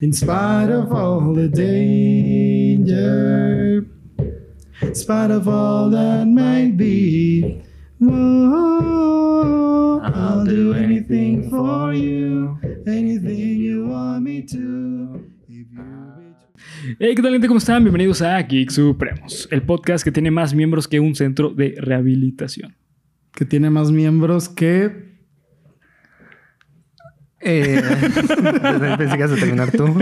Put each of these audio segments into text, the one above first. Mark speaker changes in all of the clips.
Speaker 1: In spite of all the danger, in spite of all that might be, oh, I'll do anything for you, anything you want me to. If you
Speaker 2: Hey, ¿qué tal gente? ¿Cómo están? Bienvenidos a Geek Supremos, el podcast que tiene más miembros que un centro de rehabilitación.
Speaker 1: que tiene más miembros que
Speaker 3: Eh, pensé que ibas a terminar tú.
Speaker 1: no,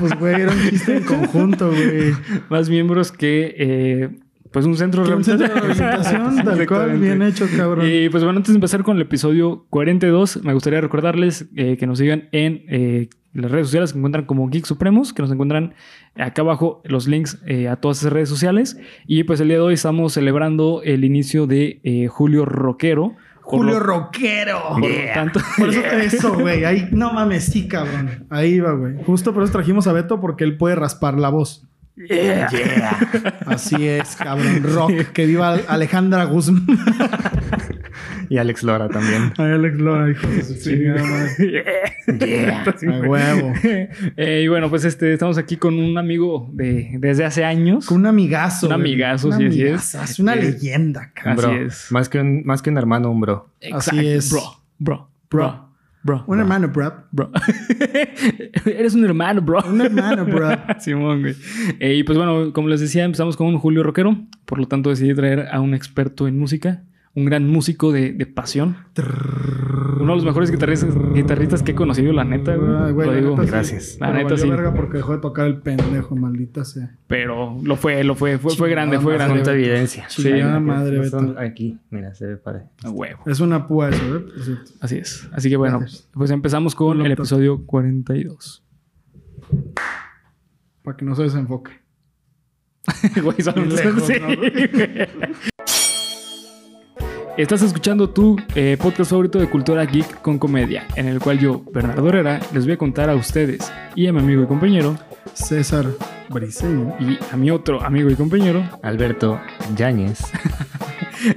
Speaker 1: pues güey, era un chiste en conjunto, güey.
Speaker 2: Más miembros que, eh, pues, un centro
Speaker 1: Que
Speaker 2: de
Speaker 1: Un centro de rehabilitación, tal cual, bien hecho, cabrón.
Speaker 2: Y pues bueno, antes de empezar con el episodio 42, me gustaría recordarles eh, que nos sigan en eh, las redes sociales que encuentran como Geek Supremos, que nos encuentran acá abajo los links eh, a todas esas redes sociales. Y pues el día de hoy estamos celebrando el inicio de eh, Julio Roquero. Por
Speaker 1: Julio
Speaker 2: lo-
Speaker 1: Roquero.
Speaker 2: Por lo tanto,
Speaker 1: Por eso, eso, güey. Ahí, no mames, sí, cabrón. Ahí va, güey. Justo por eso trajimos a Beto porque él puede raspar la voz. Así es, cabrón. Rock. Que viva Alejandra Guzmán.
Speaker 3: Y Alex Lora también.
Speaker 1: Ay, Alex Lora, hijo de su chingada madre. A huevo.
Speaker 2: Eh, y bueno, pues este, estamos aquí con un amigo de, desde hace años.
Speaker 1: Con un amigazo.
Speaker 2: Un
Speaker 1: güey.
Speaker 2: amigazo,
Speaker 1: Un
Speaker 2: sí, así es.
Speaker 1: amigazazo, Es una
Speaker 2: Eh,
Speaker 1: leyenda,
Speaker 2: Así
Speaker 1: cabrón.
Speaker 3: Bro,
Speaker 2: es.
Speaker 3: Más que, un, más que un hermano, un bro.
Speaker 1: así es.
Speaker 2: Bro, bro, bro, bro.
Speaker 1: Un hermano, bro.
Speaker 2: bro. Eres un hermano, bro.
Speaker 1: Un hermano, bro.
Speaker 2: Simón, güey. Eh, y pues bueno, como les decía, empezamos con un Julio Rockero. Por lo tanto, decidí traer a un experto en música, un gran músico de, de pasión. Uno de los mejores guitarristas, guitarristas que he conocido, la neta,
Speaker 1: Ay,
Speaker 2: güey.
Speaker 1: Ah, güey,
Speaker 2: Lo
Speaker 1: la
Speaker 2: digo.
Speaker 1: neta sí.
Speaker 3: Gracias.
Speaker 2: La
Speaker 1: Pero
Speaker 2: neta,
Speaker 1: valió
Speaker 2: sí.
Speaker 1: verga porque dejó de tocar el pendejo, maldita sea.
Speaker 2: Pero lo fue, lo fue, fue, fue
Speaker 1: Chingada
Speaker 2: grande, fue
Speaker 1: madre,
Speaker 2: grande.
Speaker 3: Junta evidencia.
Speaker 1: Sí, ah, madre,
Speaker 3: Son
Speaker 1: Beto.
Speaker 3: Aquí, mira, se ve para.
Speaker 2: A huevo.
Speaker 1: Es una púa eso, ¿eh? Por cierto.
Speaker 2: Así es. Así que bueno,
Speaker 1: Gracias.
Speaker 2: pues empezamos con el episodio 42.
Speaker 1: Para que no se desenfoque.
Speaker 2: Güey, solo-
Speaker 1: Bien lejos,
Speaker 2: sí,
Speaker 1: ¿no?
Speaker 2: güey. Estás escuchando tu eh, podcast favorito de cultura geek con comedia, en el cual yo, Bernardo Herrera, les voy a contar a ustedes y a mi amigo y compañero,
Speaker 1: César Briseño.
Speaker 2: y a mi otro amigo y compañero,
Speaker 3: Alberto Yáñez.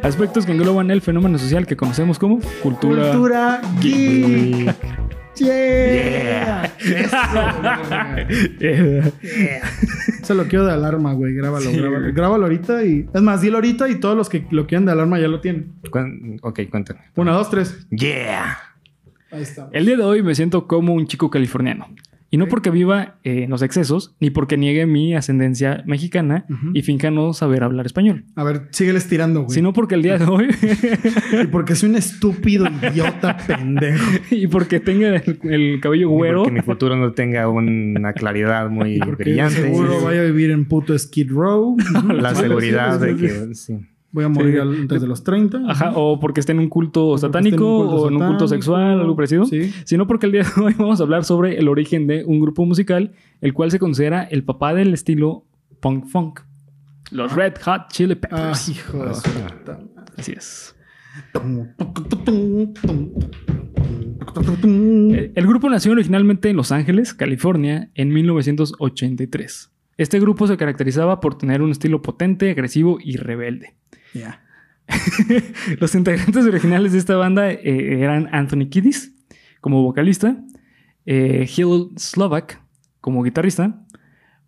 Speaker 2: aspectos que engloban el fenómeno social que conocemos como cultura.
Speaker 1: Cultura geek.
Speaker 3: Y-
Speaker 1: Yeah. Eso,
Speaker 2: Eh,
Speaker 1: güey. Se lo quiero de alarma, güey. Grábalo,
Speaker 2: Sí,
Speaker 1: grábalo.
Speaker 2: güey.
Speaker 1: Grábalo ahorita y. Es más, dilo ahorita y todos los que lo quieran de alarma ya lo tienen.
Speaker 3: cuán- ok, cuéntame.
Speaker 1: Una, dos, tres.
Speaker 3: Yeah.
Speaker 1: Ahí está.
Speaker 2: El día de hoy me siento como un chico californiano. Y no porque viva eh, en los excesos, ni porque niegue mi ascendencia mexicana
Speaker 1: Ujú.
Speaker 2: y finja no saber hablar español,
Speaker 1: A ver, sígueles tirando, güey.
Speaker 2: sino porque el día de hoy
Speaker 1: Y porque soy un estúpido idiota pendejo.
Speaker 2: y porque tenga el, el cabello güero.
Speaker 3: Que mi futuro no tenga una claridad muy
Speaker 1: Porque
Speaker 3: brillante.
Speaker 1: seguro
Speaker 3: Sí,
Speaker 1: vaya a vivir en puto Skid Row.
Speaker 3: sí. La seguridad de que. sí.
Speaker 1: Voy a morir
Speaker 2: Sí.
Speaker 1: al- antes de los 30.
Speaker 2: Ajá, o porque esté en un culto
Speaker 1: Porque esté
Speaker 2: satánico
Speaker 1: en un culto
Speaker 2: o en un culto
Speaker 1: satánico.
Speaker 2: sexual, algo parecido.
Speaker 1: Sí.
Speaker 2: Sino porque el día de hoy vamos a hablar sobre el origen de un grupo musical, el cual se considera el papá del estilo punk funk. Los Red Hot Chili
Speaker 1: Ah,
Speaker 2: Peppers.
Speaker 1: hijo de su puta madre.
Speaker 2: Así es. Eh, El grupo nació originalmente en Los Ángeles, California, en 1983. Este grupo se caracterizaba por tener un estilo potente, agresivo y rebelde.
Speaker 1: Ya.
Speaker 2: Los integrantes originales de esta banda eh, eran Anthony Kiddis como vocalista, eh, Hill Slovak como guitarrista,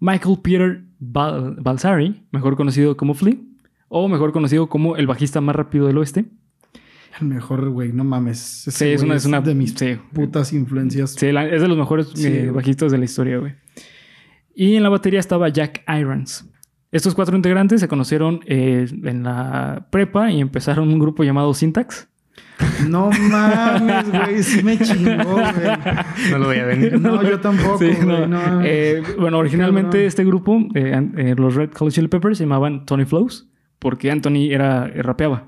Speaker 2: Michael Peter Bal- Balsari, mejor conocido como Flea, o mejor conocido como el bajista más rápido del oeste.
Speaker 1: El mejor, güey, no mames. Ese
Speaker 2: Sí, es
Speaker 1: güey
Speaker 2: una, es una-
Speaker 1: de mis
Speaker 2: sí.
Speaker 1: putas influencias.
Speaker 2: Sí, la- es de los mejores
Speaker 1: Sí,
Speaker 2: eh,
Speaker 1: güey.
Speaker 2: bajistas de la historia, güey. Y en la batería estaba Jack Irons. Estos cuatro integrantes se conocieron eh, en la prepa y empezaron un grupo llamado Syntax.
Speaker 1: No mames, güey, sí me chingó, güey.
Speaker 3: No lo voy a venir.
Speaker 1: No, yo tampoco,
Speaker 2: Sí,
Speaker 1: güey,
Speaker 2: no.
Speaker 1: no.
Speaker 2: Eh, bueno, originalmente
Speaker 1: Cabrón.
Speaker 2: este grupo, eh, an- eh, los Red Hot Chili Peppers, se llamaban Tony Flows porque Anthony era eh, rapeaba.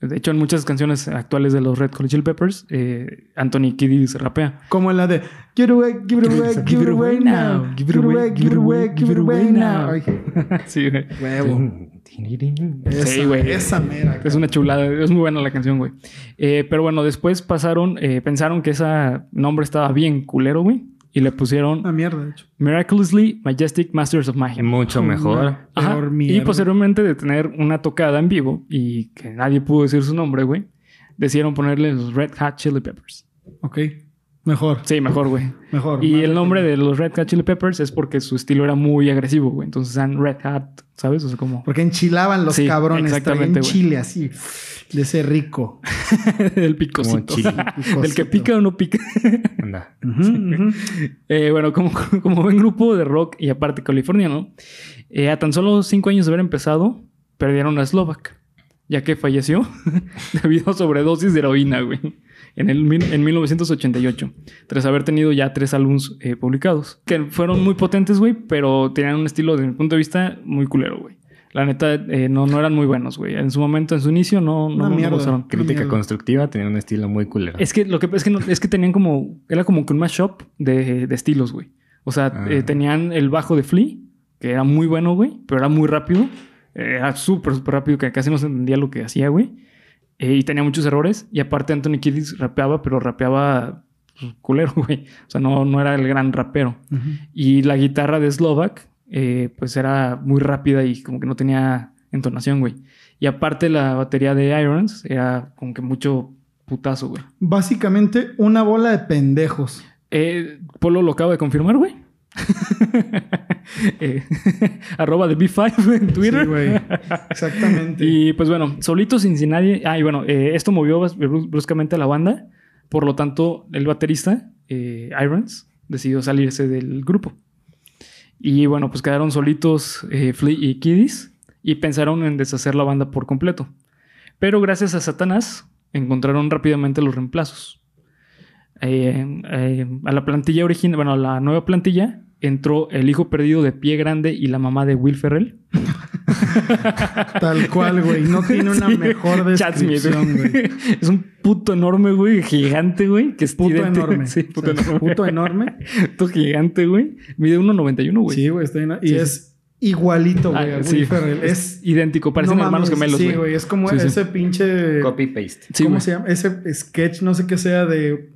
Speaker 2: De hecho, en muchas canciones actuales de los Red Hot Chili Peppers, eh, Anthony Kiddis rapea.
Speaker 1: Como en la de Give it away, give it away, give it away now. Give it away, give it away, give it away now. Ay,
Speaker 2: sí, güey.
Speaker 1: huevo. Esa,
Speaker 2: Sí, güey.
Speaker 1: Esa mera.
Speaker 2: Es una chulada, es muy buena la canción, güey. Eh, pero bueno, después pasaron, eh, pensaron que ese nombre estaba bien culero, güey. Y le pusieron
Speaker 1: Una mierda, de hecho.
Speaker 2: Miraculously Majestic Masters of Mayhem.
Speaker 3: Mucho mejor.
Speaker 2: Ajá.
Speaker 1: Peor
Speaker 2: Y pues
Speaker 1: mierda.
Speaker 2: posteriormente de tener una tocada en vivo y que nadie pudo decir su nombre, güey, decidieron ponerle los Red Hot Chili Peppers.
Speaker 1: Ok. Mejor,
Speaker 2: Sí, mejor, güey.
Speaker 1: mejor.
Speaker 2: Y
Speaker 1: Madre
Speaker 2: el nombre
Speaker 1: mía.
Speaker 2: de los Red Hot Chili Peppers es porque su estilo era muy agresivo, güey. Entonces eran Red Hot, ¿sabes? O sea, como
Speaker 1: Porque enchilaban los
Speaker 2: Sí,
Speaker 1: cabrones. Exactamente.
Speaker 2: exactamente,
Speaker 1: En
Speaker 2: güey.
Speaker 1: chile así. De ese rico.
Speaker 2: el picosito.
Speaker 3: Como chili.
Speaker 2: Del que
Speaker 1: Picosito.
Speaker 2: pica o no pica.
Speaker 3: Anda.
Speaker 1: Ujú, ujú.
Speaker 2: Eh, bueno, como, como buen grupo de rock y aparte californiano, eh, a tan solo cinco años de haber empezado, perdieron a Slovak, ya que falleció debido a sobredosis de heroína, güey, en, el, mil- en 1988, tras haber tenido ya tres álbumes eh, publicados, que fueron muy potentes, güey, pero tenían un estilo, desde mi punto de vista, muy culero, güey. La neta, eh, no, no eran muy buenos, güey. En su momento, en su inicio, no, no,
Speaker 1: Una
Speaker 2: no
Speaker 1: mierda.
Speaker 2: gozaron.
Speaker 3: Crítica
Speaker 1: mierda.
Speaker 3: constructiva tenía un estilo muy culero.
Speaker 2: Es que lo que es que no- es que tenían como era como que un mashup de, de estilos, güey. O sea,
Speaker 3: Ah.
Speaker 2: eh, tenían el bajo de Flea, que era muy bueno, güey, pero era muy rápido. Eh, Era súper, súper rápido, que casi no se entendía lo que hacía, güey. Eh, y tenía muchos errores. Y aparte, Anthony Kiddis rapeaba, pero rapeaba pues, culero, güey. O sea, no, no era el gran rapero.
Speaker 1: Ujú.
Speaker 2: Y la guitarra de Slovak, eh, pues era muy rápida y como que no tenía entonación, güey. Y aparte, la batería de Irons era como que mucho putazo, güey.
Speaker 1: Básicamente una bola de pendejos.
Speaker 2: Eh, Polo lo acaba de confirmar, güey. Eh, arroba de B5 en
Speaker 1: Sí,
Speaker 2: Twitter.
Speaker 1: güey. Exactamente.
Speaker 2: y pues bueno, solito sin sin nadie. Ah, y bueno, eh, esto movió bas- brus- bruscamente a la banda. Por lo tanto, el baterista, eh, Irons, decidió salirse del grupo. Y bueno, pues quedaron solitos eh, Flea y Kiddies y pensaron en deshacer la banda por completo. Pero gracias a Satanás encontraron rápidamente los reemplazos. Eh, eh, a la plantilla original, bueno, a la nueva plantilla entró el hijo perdido de Pie Grande y la mamá de Will Ferrell.
Speaker 1: Tal cual, güey. No tiene una
Speaker 2: Sí,
Speaker 1: mejor
Speaker 2: Chad Smith,
Speaker 1: descripción, güey.
Speaker 2: Es un puto enorme, güey, gigante, güey, que es
Speaker 1: Puto
Speaker 2: idéntico-
Speaker 1: enorme.
Speaker 2: Sí, puto
Speaker 1: O sea,
Speaker 2: enorme.
Speaker 1: Puto enorme.
Speaker 2: Puto gigante, güey. Mide 1.91, güey.
Speaker 1: Sí, güey. está bien- Y
Speaker 2: Sí, sí.
Speaker 1: es igualito, güey.
Speaker 2: Ah,
Speaker 1: a Will
Speaker 2: sí.
Speaker 1: Ferrell. Es.
Speaker 2: idéntico, parecen
Speaker 1: no
Speaker 2: hermanos
Speaker 1: mames,
Speaker 2: gemelos,
Speaker 1: Sí,
Speaker 2: güey.
Speaker 1: güey. Es como
Speaker 2: Sí, sí.
Speaker 1: ese pinche.
Speaker 3: Copy-paste.
Speaker 2: Sí,
Speaker 1: ¿Cómo
Speaker 2: güey.
Speaker 1: se llama? Ese sketch, no sé qué sea de
Speaker 2: De-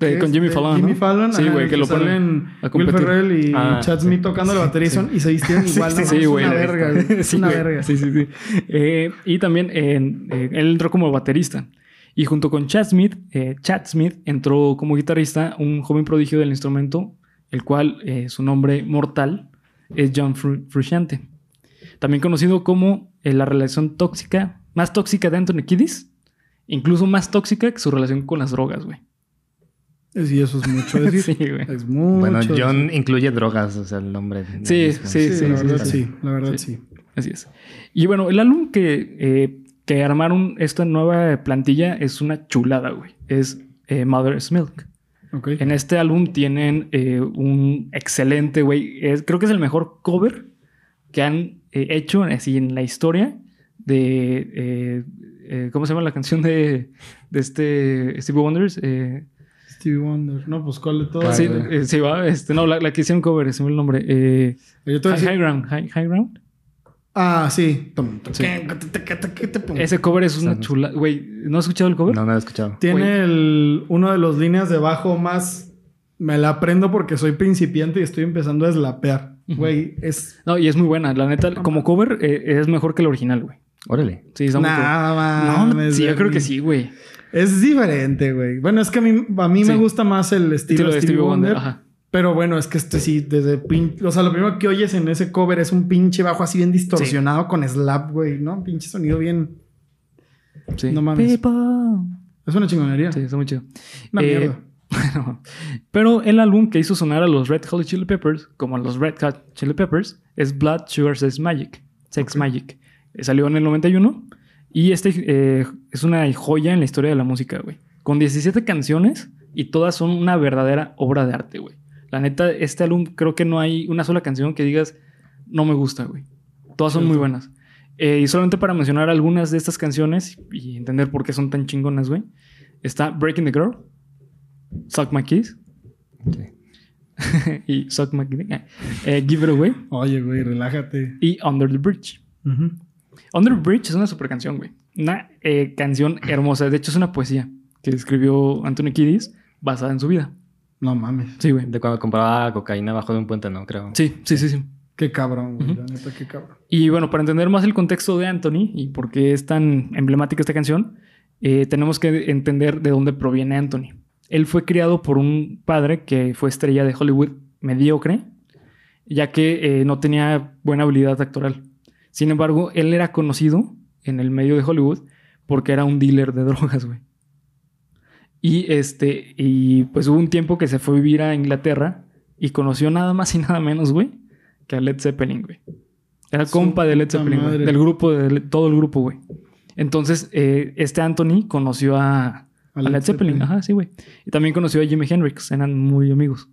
Speaker 1: ¿Qué
Speaker 2: Eh, con
Speaker 1: es?
Speaker 2: Jimmy
Speaker 1: De
Speaker 2: Fallon,
Speaker 1: Jimmy
Speaker 2: ¿no?
Speaker 1: Fallon,
Speaker 2: Sí,
Speaker 1: ajá,
Speaker 2: güey, que lo ponen.
Speaker 1: salen
Speaker 2: a
Speaker 1: Will
Speaker 2: competir.
Speaker 1: Ferrell y
Speaker 3: Ah,
Speaker 1: Chad
Speaker 3: sí.
Speaker 1: Smith tocando la batería y son- y se visten igual. no
Speaker 2: Sí,
Speaker 1: mames,
Speaker 2: sí, güey.
Speaker 1: Es una verga, güey. Es
Speaker 2: Sí,
Speaker 1: una
Speaker 2: güey.
Speaker 1: verga.
Speaker 2: Sí, sí, sí. Eh, y también eh, eh, él entró como baterista. Y junto con Chad Smith, eh, Chad Smith entró como guitarrista un joven prodigio del instrumento, el cual eh, su nombre mortal es John Fru- Frusciante. También conocido como eh, la relación tóxica, más tóxica de Anthony Kiddis, incluso más tóxica que su relación con las drogas, güey.
Speaker 1: Es- Y eso es mucho decir.
Speaker 2: Sí, güey.
Speaker 1: Es mucho.
Speaker 3: Bueno,
Speaker 1: decir.
Speaker 3: John incluye drogas, o sea, el nombre. del
Speaker 2: Sí,
Speaker 3: disco.
Speaker 2: sí,
Speaker 1: Sí, la verdad
Speaker 2: sí.
Speaker 1: sí. La verdad sí.
Speaker 2: Así es. Y bueno, el álbum que, eh, que armaron esta nueva plantilla es una chulada, güey. Es eh, Mother's Milk.
Speaker 1: Ok.
Speaker 2: En este álbum tienen eh, un excelente, güey. es- creo que es el mejor cover que han eh, hecho así en la historia de. eh, eh, ¿Cómo se llama la canción de, de este Stevie Wonders? Eh,
Speaker 1: Stevie Wonder. No, pues cuál de
Speaker 3: Ah,
Speaker 1: todas.
Speaker 2: sí,
Speaker 3: güey.
Speaker 2: eh, sí, va. Este, no, la, la que hicieron cover, se me olvidó el nombre. Eh,
Speaker 1: Yo te voy a
Speaker 2: high,
Speaker 1: decir-
Speaker 2: High Ground. High, High Ground.
Speaker 1: Ah, sí. Tom, tom,
Speaker 2: Sí.
Speaker 1: que te pongo.
Speaker 2: Ese cover es una
Speaker 3: Sabes.
Speaker 2: chula. Güey, ¿no has escuchado el cover?
Speaker 3: No, no lo he escuchado.
Speaker 2: güey.
Speaker 1: Tiene el, uno de los líneas de bajo más. Me la aprendo porque soy principiante y estoy empezando a slapear.
Speaker 2: Ujú.
Speaker 1: Güey, es.
Speaker 2: No, y es muy buena. La neta, como cover eh, es mejor que el original, güey.
Speaker 3: Órale.
Speaker 2: Sí, está muy cool.
Speaker 1: Nada
Speaker 2: No, no,
Speaker 1: mames,
Speaker 2: sí, yo creo
Speaker 1: Bernie.
Speaker 2: que sí, güey.
Speaker 1: Es diferente, güey. Bueno, es que a mí, a mí me
Speaker 2: Sí.
Speaker 1: gusta más el estilo,
Speaker 2: Estilo
Speaker 1: de Stevie Wonder.
Speaker 2: Ajá.
Speaker 1: Pero bueno, es que este sí, desde pin... O sea, lo primero que oyes en ese cover es un pinche bajo así bien distorsionado con slap, güey, ¿no? Un pinche sonido bien.
Speaker 2: Sí.
Speaker 1: No mames.
Speaker 2: People.
Speaker 1: Es una chingonería.
Speaker 2: Sí, está muy chido.
Speaker 1: Una
Speaker 2: Eh,
Speaker 1: mierda.
Speaker 2: Bueno, pero el álbum que hizo sonar a los Red Hot Chili Peppers, como a los Red Hot Chili Peppers, es Blood Sugar Sex Magic. Sex Magic. Eh, Salió en el 91 y este eh, es una joya en la historia de la música, güey. Con 17 canciones y todas son una verdadera obra de arte, güey. La neta, este álbum creo que no hay una sola canción que digas no me gusta, güey. Todas son muy buenas. Eh, y solamente para mencionar algunas de estas canciones y entender por qué son tan chingonas, güey, está Breaking the Girl, Suck My Kiss
Speaker 3: Sí.
Speaker 2: y Suck My Dick, eh, Give It Away
Speaker 1: Oye, güey, relájate.
Speaker 2: y Under the Bridge.
Speaker 1: Ujú.
Speaker 2: Under the Bridge es una super canción, güey. Una eh, canción hermosa. De hecho, es una poesía que escribió Anthony Kiddis basada en su vida.
Speaker 1: No mames.
Speaker 2: Sí, güey.
Speaker 3: De cuando compraba cocaína abajo de un puente, ¿no? Creo.
Speaker 2: Sí, sí, sí, sí.
Speaker 1: Qué cabrón, güey.
Speaker 2: Ujú.
Speaker 1: La neta, qué cabrón.
Speaker 2: Y bueno, para entender más el contexto de Anthony y por qué es tan emblemática esta canción, eh, tenemos que entender de dónde proviene Anthony. Él fue criado por un padre que fue estrella de Hollywood mediocre, ya que eh, no tenía buena habilidad actoral. Sin embargo, él era conocido en el medio de Hollywood porque era un dealer de drogas, güey. Y este, y pues hubo un tiempo que se fue a vivir a Inglaterra y conoció nada más y nada menos, güey, que a Led Zeppelin, güey. Era
Speaker 1: Su
Speaker 2: compa de Led
Speaker 1: puta
Speaker 2: Zeppelin, güey,
Speaker 1: madre.
Speaker 2: del grupo, de Le- todo el grupo, güey. Entonces, eh, este Anthony conoció a, a Led Zeppelin, ajá, sí, güey. Y también conoció a Jimi Hendrix, eran muy amigos.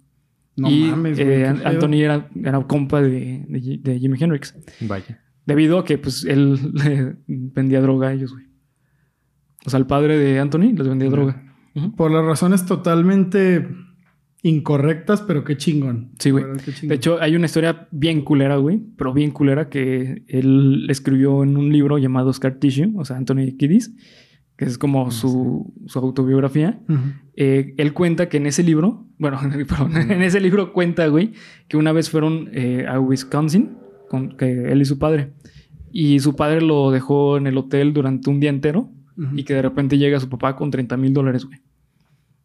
Speaker 1: No
Speaker 2: y,
Speaker 1: mames, güey.
Speaker 2: eh,
Speaker 1: qué
Speaker 2: An-
Speaker 1: pedo.
Speaker 2: Anthony era, era compa de, de Ji- de Jimi Hendrix.
Speaker 3: Vaya.
Speaker 2: Debido a que, pues, él le vendía droga a ellos, güey. O sea, el padre de Anthony les vendía
Speaker 3: Ya.
Speaker 2: droga. Ujú.
Speaker 1: Por las razones totalmente incorrectas, pero qué chingón.
Speaker 2: Sí, güey.
Speaker 1: La verdad, qué chingón.
Speaker 2: De hecho, hay una historia bien culera, güey, pero bien culera que él escribió en un libro llamado Scar Tissue, o sea, Anthony Kiddis, que es como su, su autobiografía.
Speaker 1: Ujú.
Speaker 2: Eh, él cuenta que en ese libro, bueno, perdón, en ese libro cuenta, güey, que una vez fueron eh, a Wisconsin con que él y su padre. Y su padre lo dejó en el hotel durante un día entero
Speaker 1: Ujú.
Speaker 2: y que de repente llega su papá con 30 mil dólares, güey.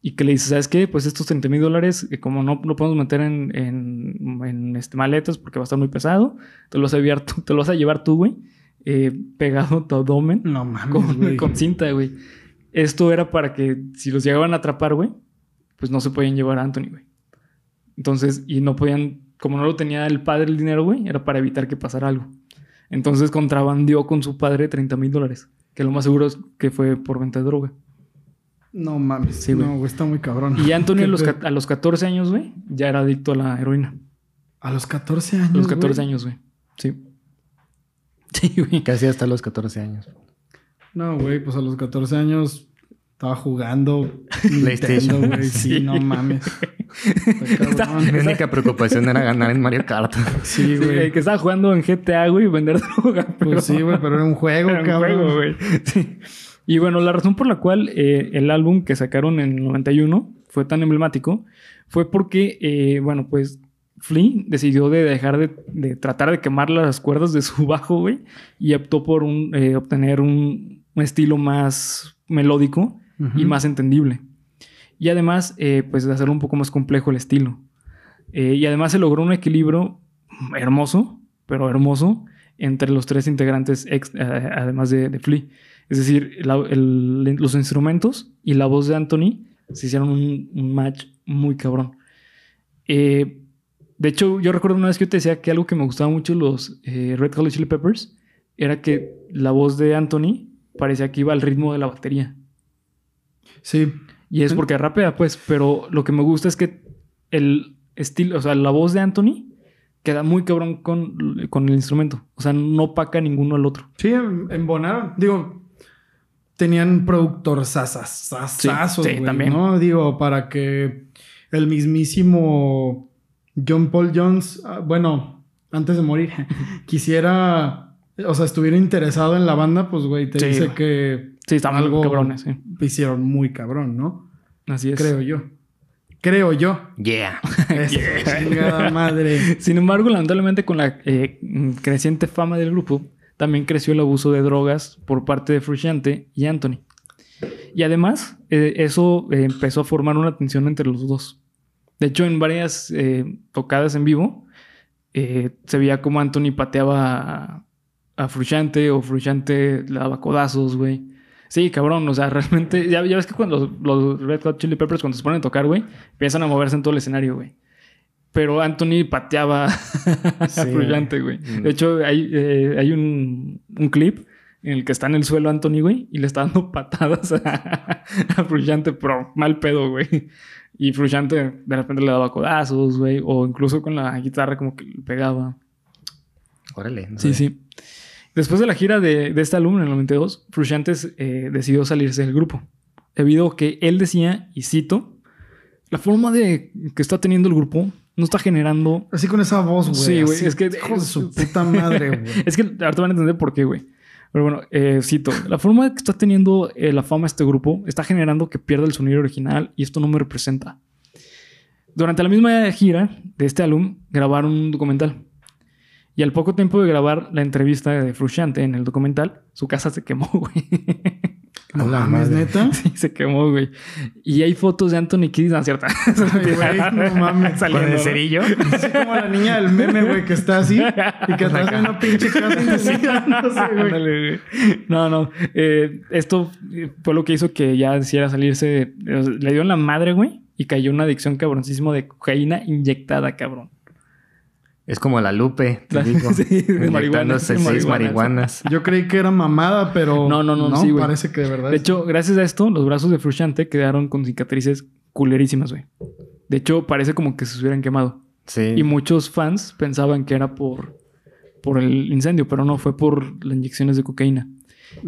Speaker 2: Y que le dice, ¿sabes qué? Pues estos 30 mil dólares, eh, como no lo podemos meter en, en- en, este, maletas porque va a estar muy pesado, te lo vas a llevar tú, te lo vas a llevar tú güey, eh, pegado a tu abdomen
Speaker 1: No mames,
Speaker 2: con,
Speaker 1: güey.
Speaker 2: con cinta, güey. Esto era para que si los llegaban a atrapar, güey, pues no se podían llevar a Anthony, güey. Entonces, y no podían, como no lo tenía el padre el dinero, güey, era para evitar que pasara algo. Entonces contrabandió con su padre 30 mil dólares, que lo más seguro es que fue por venta de droga.
Speaker 1: No mames.
Speaker 2: Sí, güey.
Speaker 1: no, güey, está muy cabrón.
Speaker 2: Y Anthony
Speaker 1: Qué
Speaker 2: a los,
Speaker 1: pedo.
Speaker 2: ca- a los 14 años, güey, ya era adicto a la heroína.
Speaker 1: A los 14 años.
Speaker 2: A los 14
Speaker 1: güey.
Speaker 2: años, güey. Sí. Sí, güey.
Speaker 3: Casi hasta los 14 años.
Speaker 1: No, güey, pues a los 14 años estaba jugando Nintendo,
Speaker 3: PlayStation.
Speaker 1: güey. Sí,
Speaker 2: Sí.
Speaker 1: no mames. Está
Speaker 3: Mi
Speaker 1: cabrón.
Speaker 3: única preocupación era ganar en Mario Kart.
Speaker 1: Sí,
Speaker 2: Sí,
Speaker 1: güey.
Speaker 2: el que estaba jugando en GTA, güey, vender droga. pero-
Speaker 1: Pues sí, güey, pero era un juego,
Speaker 2: Era un
Speaker 1: cabrón.
Speaker 2: juego, güey. Sí. Y bueno, la razón por la cual eh, el álbum que sacaron en el 91 fue tan emblemático fue porque, eh, bueno, pues Flea decidió de dejar de, de tratar de quemar las cuerdas de su bajo, güey, y optó por un, eh, obtener un, un estilo más melódico
Speaker 1: Ujú.
Speaker 2: y más entendible. Y además, eh, pues de hacerlo un poco más complejo el estilo. Eh, y además se logró un equilibrio hermoso, pero hermoso, entre los tres integrantes, ex- eh, además de, de Flea. Es decir, la- el- los instrumentos y la voz de Anthony se hicieron un, un match muy cabrón. Eh, de hecho, yo recuerdo una vez que yo te decía que algo que me gustaba mucho de los eh, Red Hot Chili Peppers era que la voz de Anthony parecía que iba al ritmo de la batería.
Speaker 1: Sí.
Speaker 2: Y es porque rapea, pues, pero lo que me gusta es que el estilo, o sea, la voz de Anthony queda muy cabrón con, con el instrumento. O sea, no opaca ninguno al otro.
Speaker 1: Sí, em- embonaron. Digo, tenían productor sasas, sasazos,
Speaker 2: Sí, sí,
Speaker 1: güey,
Speaker 2: también.
Speaker 1: ¿no? Digo, para que el mismísimo John Paul Jones, ah, bueno, antes de morir, quisiera, o sea, estuviera interesado en la banda, pues, güey, te
Speaker 2: Sí,
Speaker 1: dice
Speaker 2: güey.
Speaker 1: que
Speaker 2: Sí, están
Speaker 1: Algo-
Speaker 2: algo cabrones, sí.
Speaker 1: hicieron muy cabrón, ¿no?
Speaker 2: Así es.
Speaker 1: Creo yo. Creo yo.
Speaker 3: Yeah.
Speaker 1: Es chingada madre.
Speaker 2: Sin embargo, lamentablemente con la eh, mm, creciente fama del grupo, también creció el abuso de drogas por parte de Frusciante y Anthony. Y además, eh, eso eh, empezó a formar una tensión entre los dos. De hecho, en varias eh, tocadas en vivo, eh, se veía como Anthony pateaba a, a Frusciante o Frusciante le daba codazos, güey. Sí, cabrón, o sea, realmente, ya, ya ves que cuando los, los Red Hot Chili Peppers cuando se ponen a tocar, güey, empiezan a moverse en todo el escenario, güey. Pero Anthony pateaba a
Speaker 3: Sí.
Speaker 2: Frusciante, güey.
Speaker 3: Mm.
Speaker 2: De hecho, hay, eh, hay un, un clip en el que está en el suelo Anthony, güey, y le está dando patadas a, a Frusciante, pero mal pedo, güey. Y Frusciante de repente le daba codazos, güey, o incluso con la guitarra como que le pegaba.
Speaker 3: Órale. no
Speaker 2: Sí,
Speaker 3: sabía.
Speaker 2: sí. Después de la gira de, de este álbum en el 92, Frusciante eh, decidió salirse del grupo, debido a que él decía, y cito, la forma de que está teniendo el grupo no está generando...
Speaker 1: Así con esa voz, güey.
Speaker 2: Sí, güey,
Speaker 1: así,
Speaker 2: es que-
Speaker 1: Hijo de su puta madre, güey.
Speaker 2: Es que ahorita van a entender por qué, güey. Pero bueno, eh, cito, la forma que está teniendo eh, la fama este grupo está generando que pierda el sonido original y esto no me representa. Durante la misma gira de este álbum grabaron un documental. Y al poco tiempo de grabar la entrevista de Frusciante en el documental, su casa se quemó, güey.
Speaker 1: A la
Speaker 3: Ah,
Speaker 1: mames,
Speaker 3: madre.
Speaker 1: neta.
Speaker 2: Sí, se quemó, güey. Y hay fotos de Anthony Kiddis, no, cierta.
Speaker 1: Ay, güey, no mames.
Speaker 2: Saliendo,
Speaker 3: Con el
Speaker 2: ¿no?
Speaker 3: cerillo.
Speaker 1: Así como la niña del meme, güey, que está así y que atrás de una pinche casa incendiándose, güey.
Speaker 2: Ándale, güey. No, no. eh, esto fue lo que hizo que ya decidiera salirse. eh, Le dio en la madre, güey. Y cayó en una adicción cabroncísimo de cocaína inyectada, cabrón.
Speaker 3: Es como la Lupe, te
Speaker 2: La-
Speaker 3: digo.
Speaker 2: sí, de marihuana,
Speaker 3: Inyectándose
Speaker 2: de
Speaker 3: seis
Speaker 2: marihuana,
Speaker 3: marihuanas.
Speaker 1: Yo creí que era mamada, pero.
Speaker 2: No, no, no, sí, güey.
Speaker 1: Parece que de verdad.
Speaker 2: De
Speaker 1: es-
Speaker 2: hecho, gracias a esto, los brazos de Frusciante quedaron con cicatrices culerísimas, güey. De hecho, parece como que se hubieran quemado.
Speaker 3: Sí.
Speaker 2: Y muchos fans pensaban que era por, por el incendio, pero no, fue por las inyecciones de cocaína.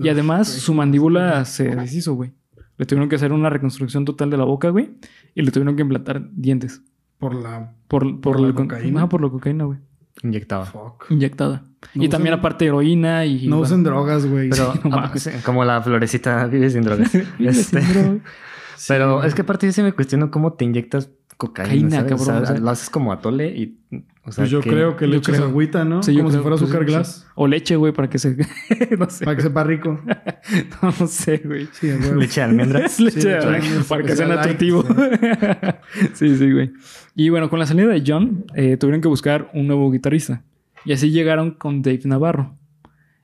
Speaker 2: Y además
Speaker 1: güey.
Speaker 2: su mandíbula se deshizo, güey. Le tuvieron que hacer una reconstrucción total de la boca, güey. Y le tuvieron que implantar dientes.
Speaker 1: Por la.
Speaker 2: Por, por,
Speaker 1: ¿Por la
Speaker 2: el con-
Speaker 1: cocaína?
Speaker 2: Ajá, por la cocaína, güey.
Speaker 3: Inyectaba.
Speaker 1: Fuck.
Speaker 2: Inyectada.
Speaker 1: No
Speaker 2: y también
Speaker 1: usen-
Speaker 2: aparte heroína y...
Speaker 1: No
Speaker 2: bueno,
Speaker 1: usen drogas, güey.
Speaker 3: Pero
Speaker 2: Sí, no
Speaker 3: ah,
Speaker 2: mames.
Speaker 3: sí, como la florecita vive sin drogas.
Speaker 2: y
Speaker 3: Este,
Speaker 2: sin droga.
Speaker 1: Sí,
Speaker 3: pero
Speaker 1: güey.
Speaker 3: es que aparte yo sí me cuestiono cómo te inyectas cocaína.
Speaker 2: Cocaína,
Speaker 3: ¿sabes? O sea,
Speaker 2: cabrón, o sea.
Speaker 3: lo haces como atole y. O sea,
Speaker 1: Pues yo
Speaker 3: que-
Speaker 1: creo que le
Speaker 2: yo
Speaker 1: echas
Speaker 2: creo.
Speaker 1: agüita, ¿no?
Speaker 2: Sí, yo
Speaker 1: como si
Speaker 2: creo,
Speaker 1: fuera
Speaker 2: pues,
Speaker 1: azúcar
Speaker 2: sí.
Speaker 1: glass.
Speaker 2: O leche, güey, para que se... no sé.
Speaker 1: Para que sepa rico.
Speaker 2: No, sé, güey.
Speaker 1: Sí, a huevo.
Speaker 3: Leche de almendra.
Speaker 2: Es leche
Speaker 1: Sí,
Speaker 2: de
Speaker 1: leche.
Speaker 2: almendras, para que
Speaker 1: Está
Speaker 2: sea
Speaker 1: light,
Speaker 2: atractivo. Sí, sí, güey. Y bueno, con la salida de John, eh, tuvieron que buscar un nuevo guitarrista. Y así llegaron con Dave Navarro,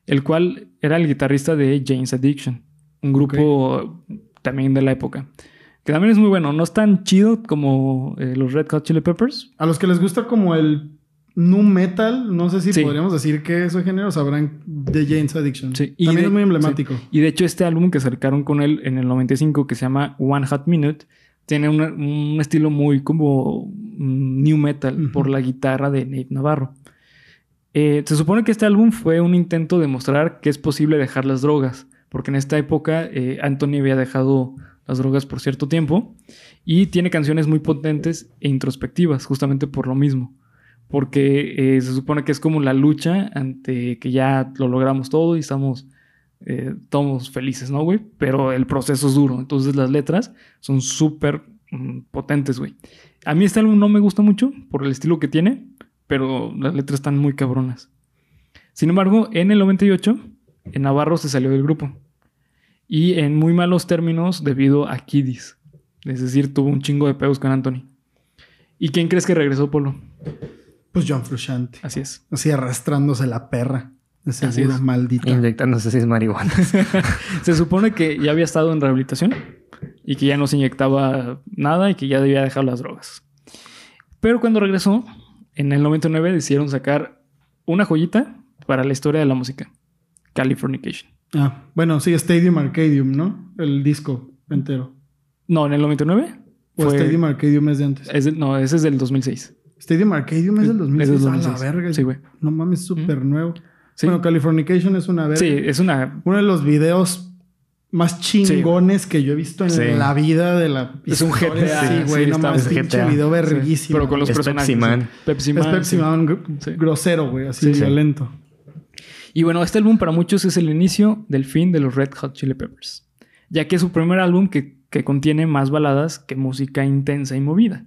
Speaker 2: el cual era el guitarrista de James Addiction, un grupo también de la época. Que también es muy bueno, no es tan chido como eh, los Red Hot Chili Peppers.
Speaker 1: A los que les gusta como el nu metal, no sé si
Speaker 2: Sí.
Speaker 1: podríamos decir que ese género sabrán de James Addiction.
Speaker 2: Sí, y
Speaker 1: También
Speaker 2: de-
Speaker 1: es muy emblemático.
Speaker 2: Y de hecho, este álbum que sacaron con él en el 95, que se llama One Hot Minute, tiene una- un estilo muy como mm, new metal
Speaker 1: Ujú.
Speaker 2: por la guitarra de Nate Navarro. Eh, se supone que este álbum fue un intento de mostrar que es posible dejar las drogas, porque en esta época eh, Anthony había dejado las drogas por cierto tiempo y tiene canciones muy potentes e introspectivas, justamente por lo mismo. Porque eh, se supone que es como la lucha ante que ya lo logramos todo y estamos eh, todos felices, ¿no, güey? Pero el proceso es duro. Entonces las letras son súper mm, potentes, güey. A mí este álbum no me gusta mucho por el estilo que tiene, pero las letras están muy cabronas. Sin embargo, en el 98, en Navarro se salió del grupo. Y en muy malos términos debido a Kidis. Es decir, tuvo un chingo de pedos con Anthony. ¿Y quién crees que regresó, Polo?
Speaker 1: Pues John Frusciante.
Speaker 2: Así es.
Speaker 1: Así arrastrándose la perra. De
Speaker 2: Así
Speaker 1: seguro,
Speaker 2: es.
Speaker 1: maldita.
Speaker 3: Inyectándose seis marihuanas.
Speaker 2: Se supone que ya había estado en rehabilitación y que ya no se inyectaba nada y que ya debía dejar las drogas. Pero cuando regresó, en el 99 decidieron sacar una joyita para la historia de la música, Californication.
Speaker 1: Ah, bueno, sí, Stadium Arcadium, ¿no? El disco entero.
Speaker 2: No, en el 99
Speaker 1: O
Speaker 2: fue-
Speaker 1: Stadium Arcadium es de antes.
Speaker 2: es del- no, ese es del 2006.
Speaker 1: Stadium Arcadium es del 2006.
Speaker 2: del
Speaker 1: A la
Speaker 2: 2006.
Speaker 1: verga.
Speaker 2: Sí, güey.
Speaker 1: No mames, súper nuevo.
Speaker 2: Sí.
Speaker 1: Bueno, Californication es una verga.
Speaker 2: Sí, es una
Speaker 1: Uno de los videos más chingones que yo he visto en
Speaker 3: Sí.
Speaker 1: la vida de la
Speaker 2: Es un
Speaker 1: historia.
Speaker 2: GTA,
Speaker 1: Sí, güey.
Speaker 2: sí,
Speaker 1: no
Speaker 2: está-
Speaker 1: mames,
Speaker 3: es
Speaker 1: pinche
Speaker 3: GTA.
Speaker 1: video
Speaker 2: sí,
Speaker 1: verguísimo.
Speaker 2: pero con los
Speaker 3: Es
Speaker 2: personajes.
Speaker 3: Pepsi Man.
Speaker 2: Pepsi Man,
Speaker 1: Es Pepsi
Speaker 2: sí.
Speaker 1: Man gr-
Speaker 2: Sí.
Speaker 1: grosero, güey. Así
Speaker 2: Sí, sí.
Speaker 1: violento.
Speaker 2: Y bueno, este álbum para muchos es el inicio del fin de los Red Hot Chili Peppers, ya que es su primer álbum que, que contiene más baladas que música intensa y movida.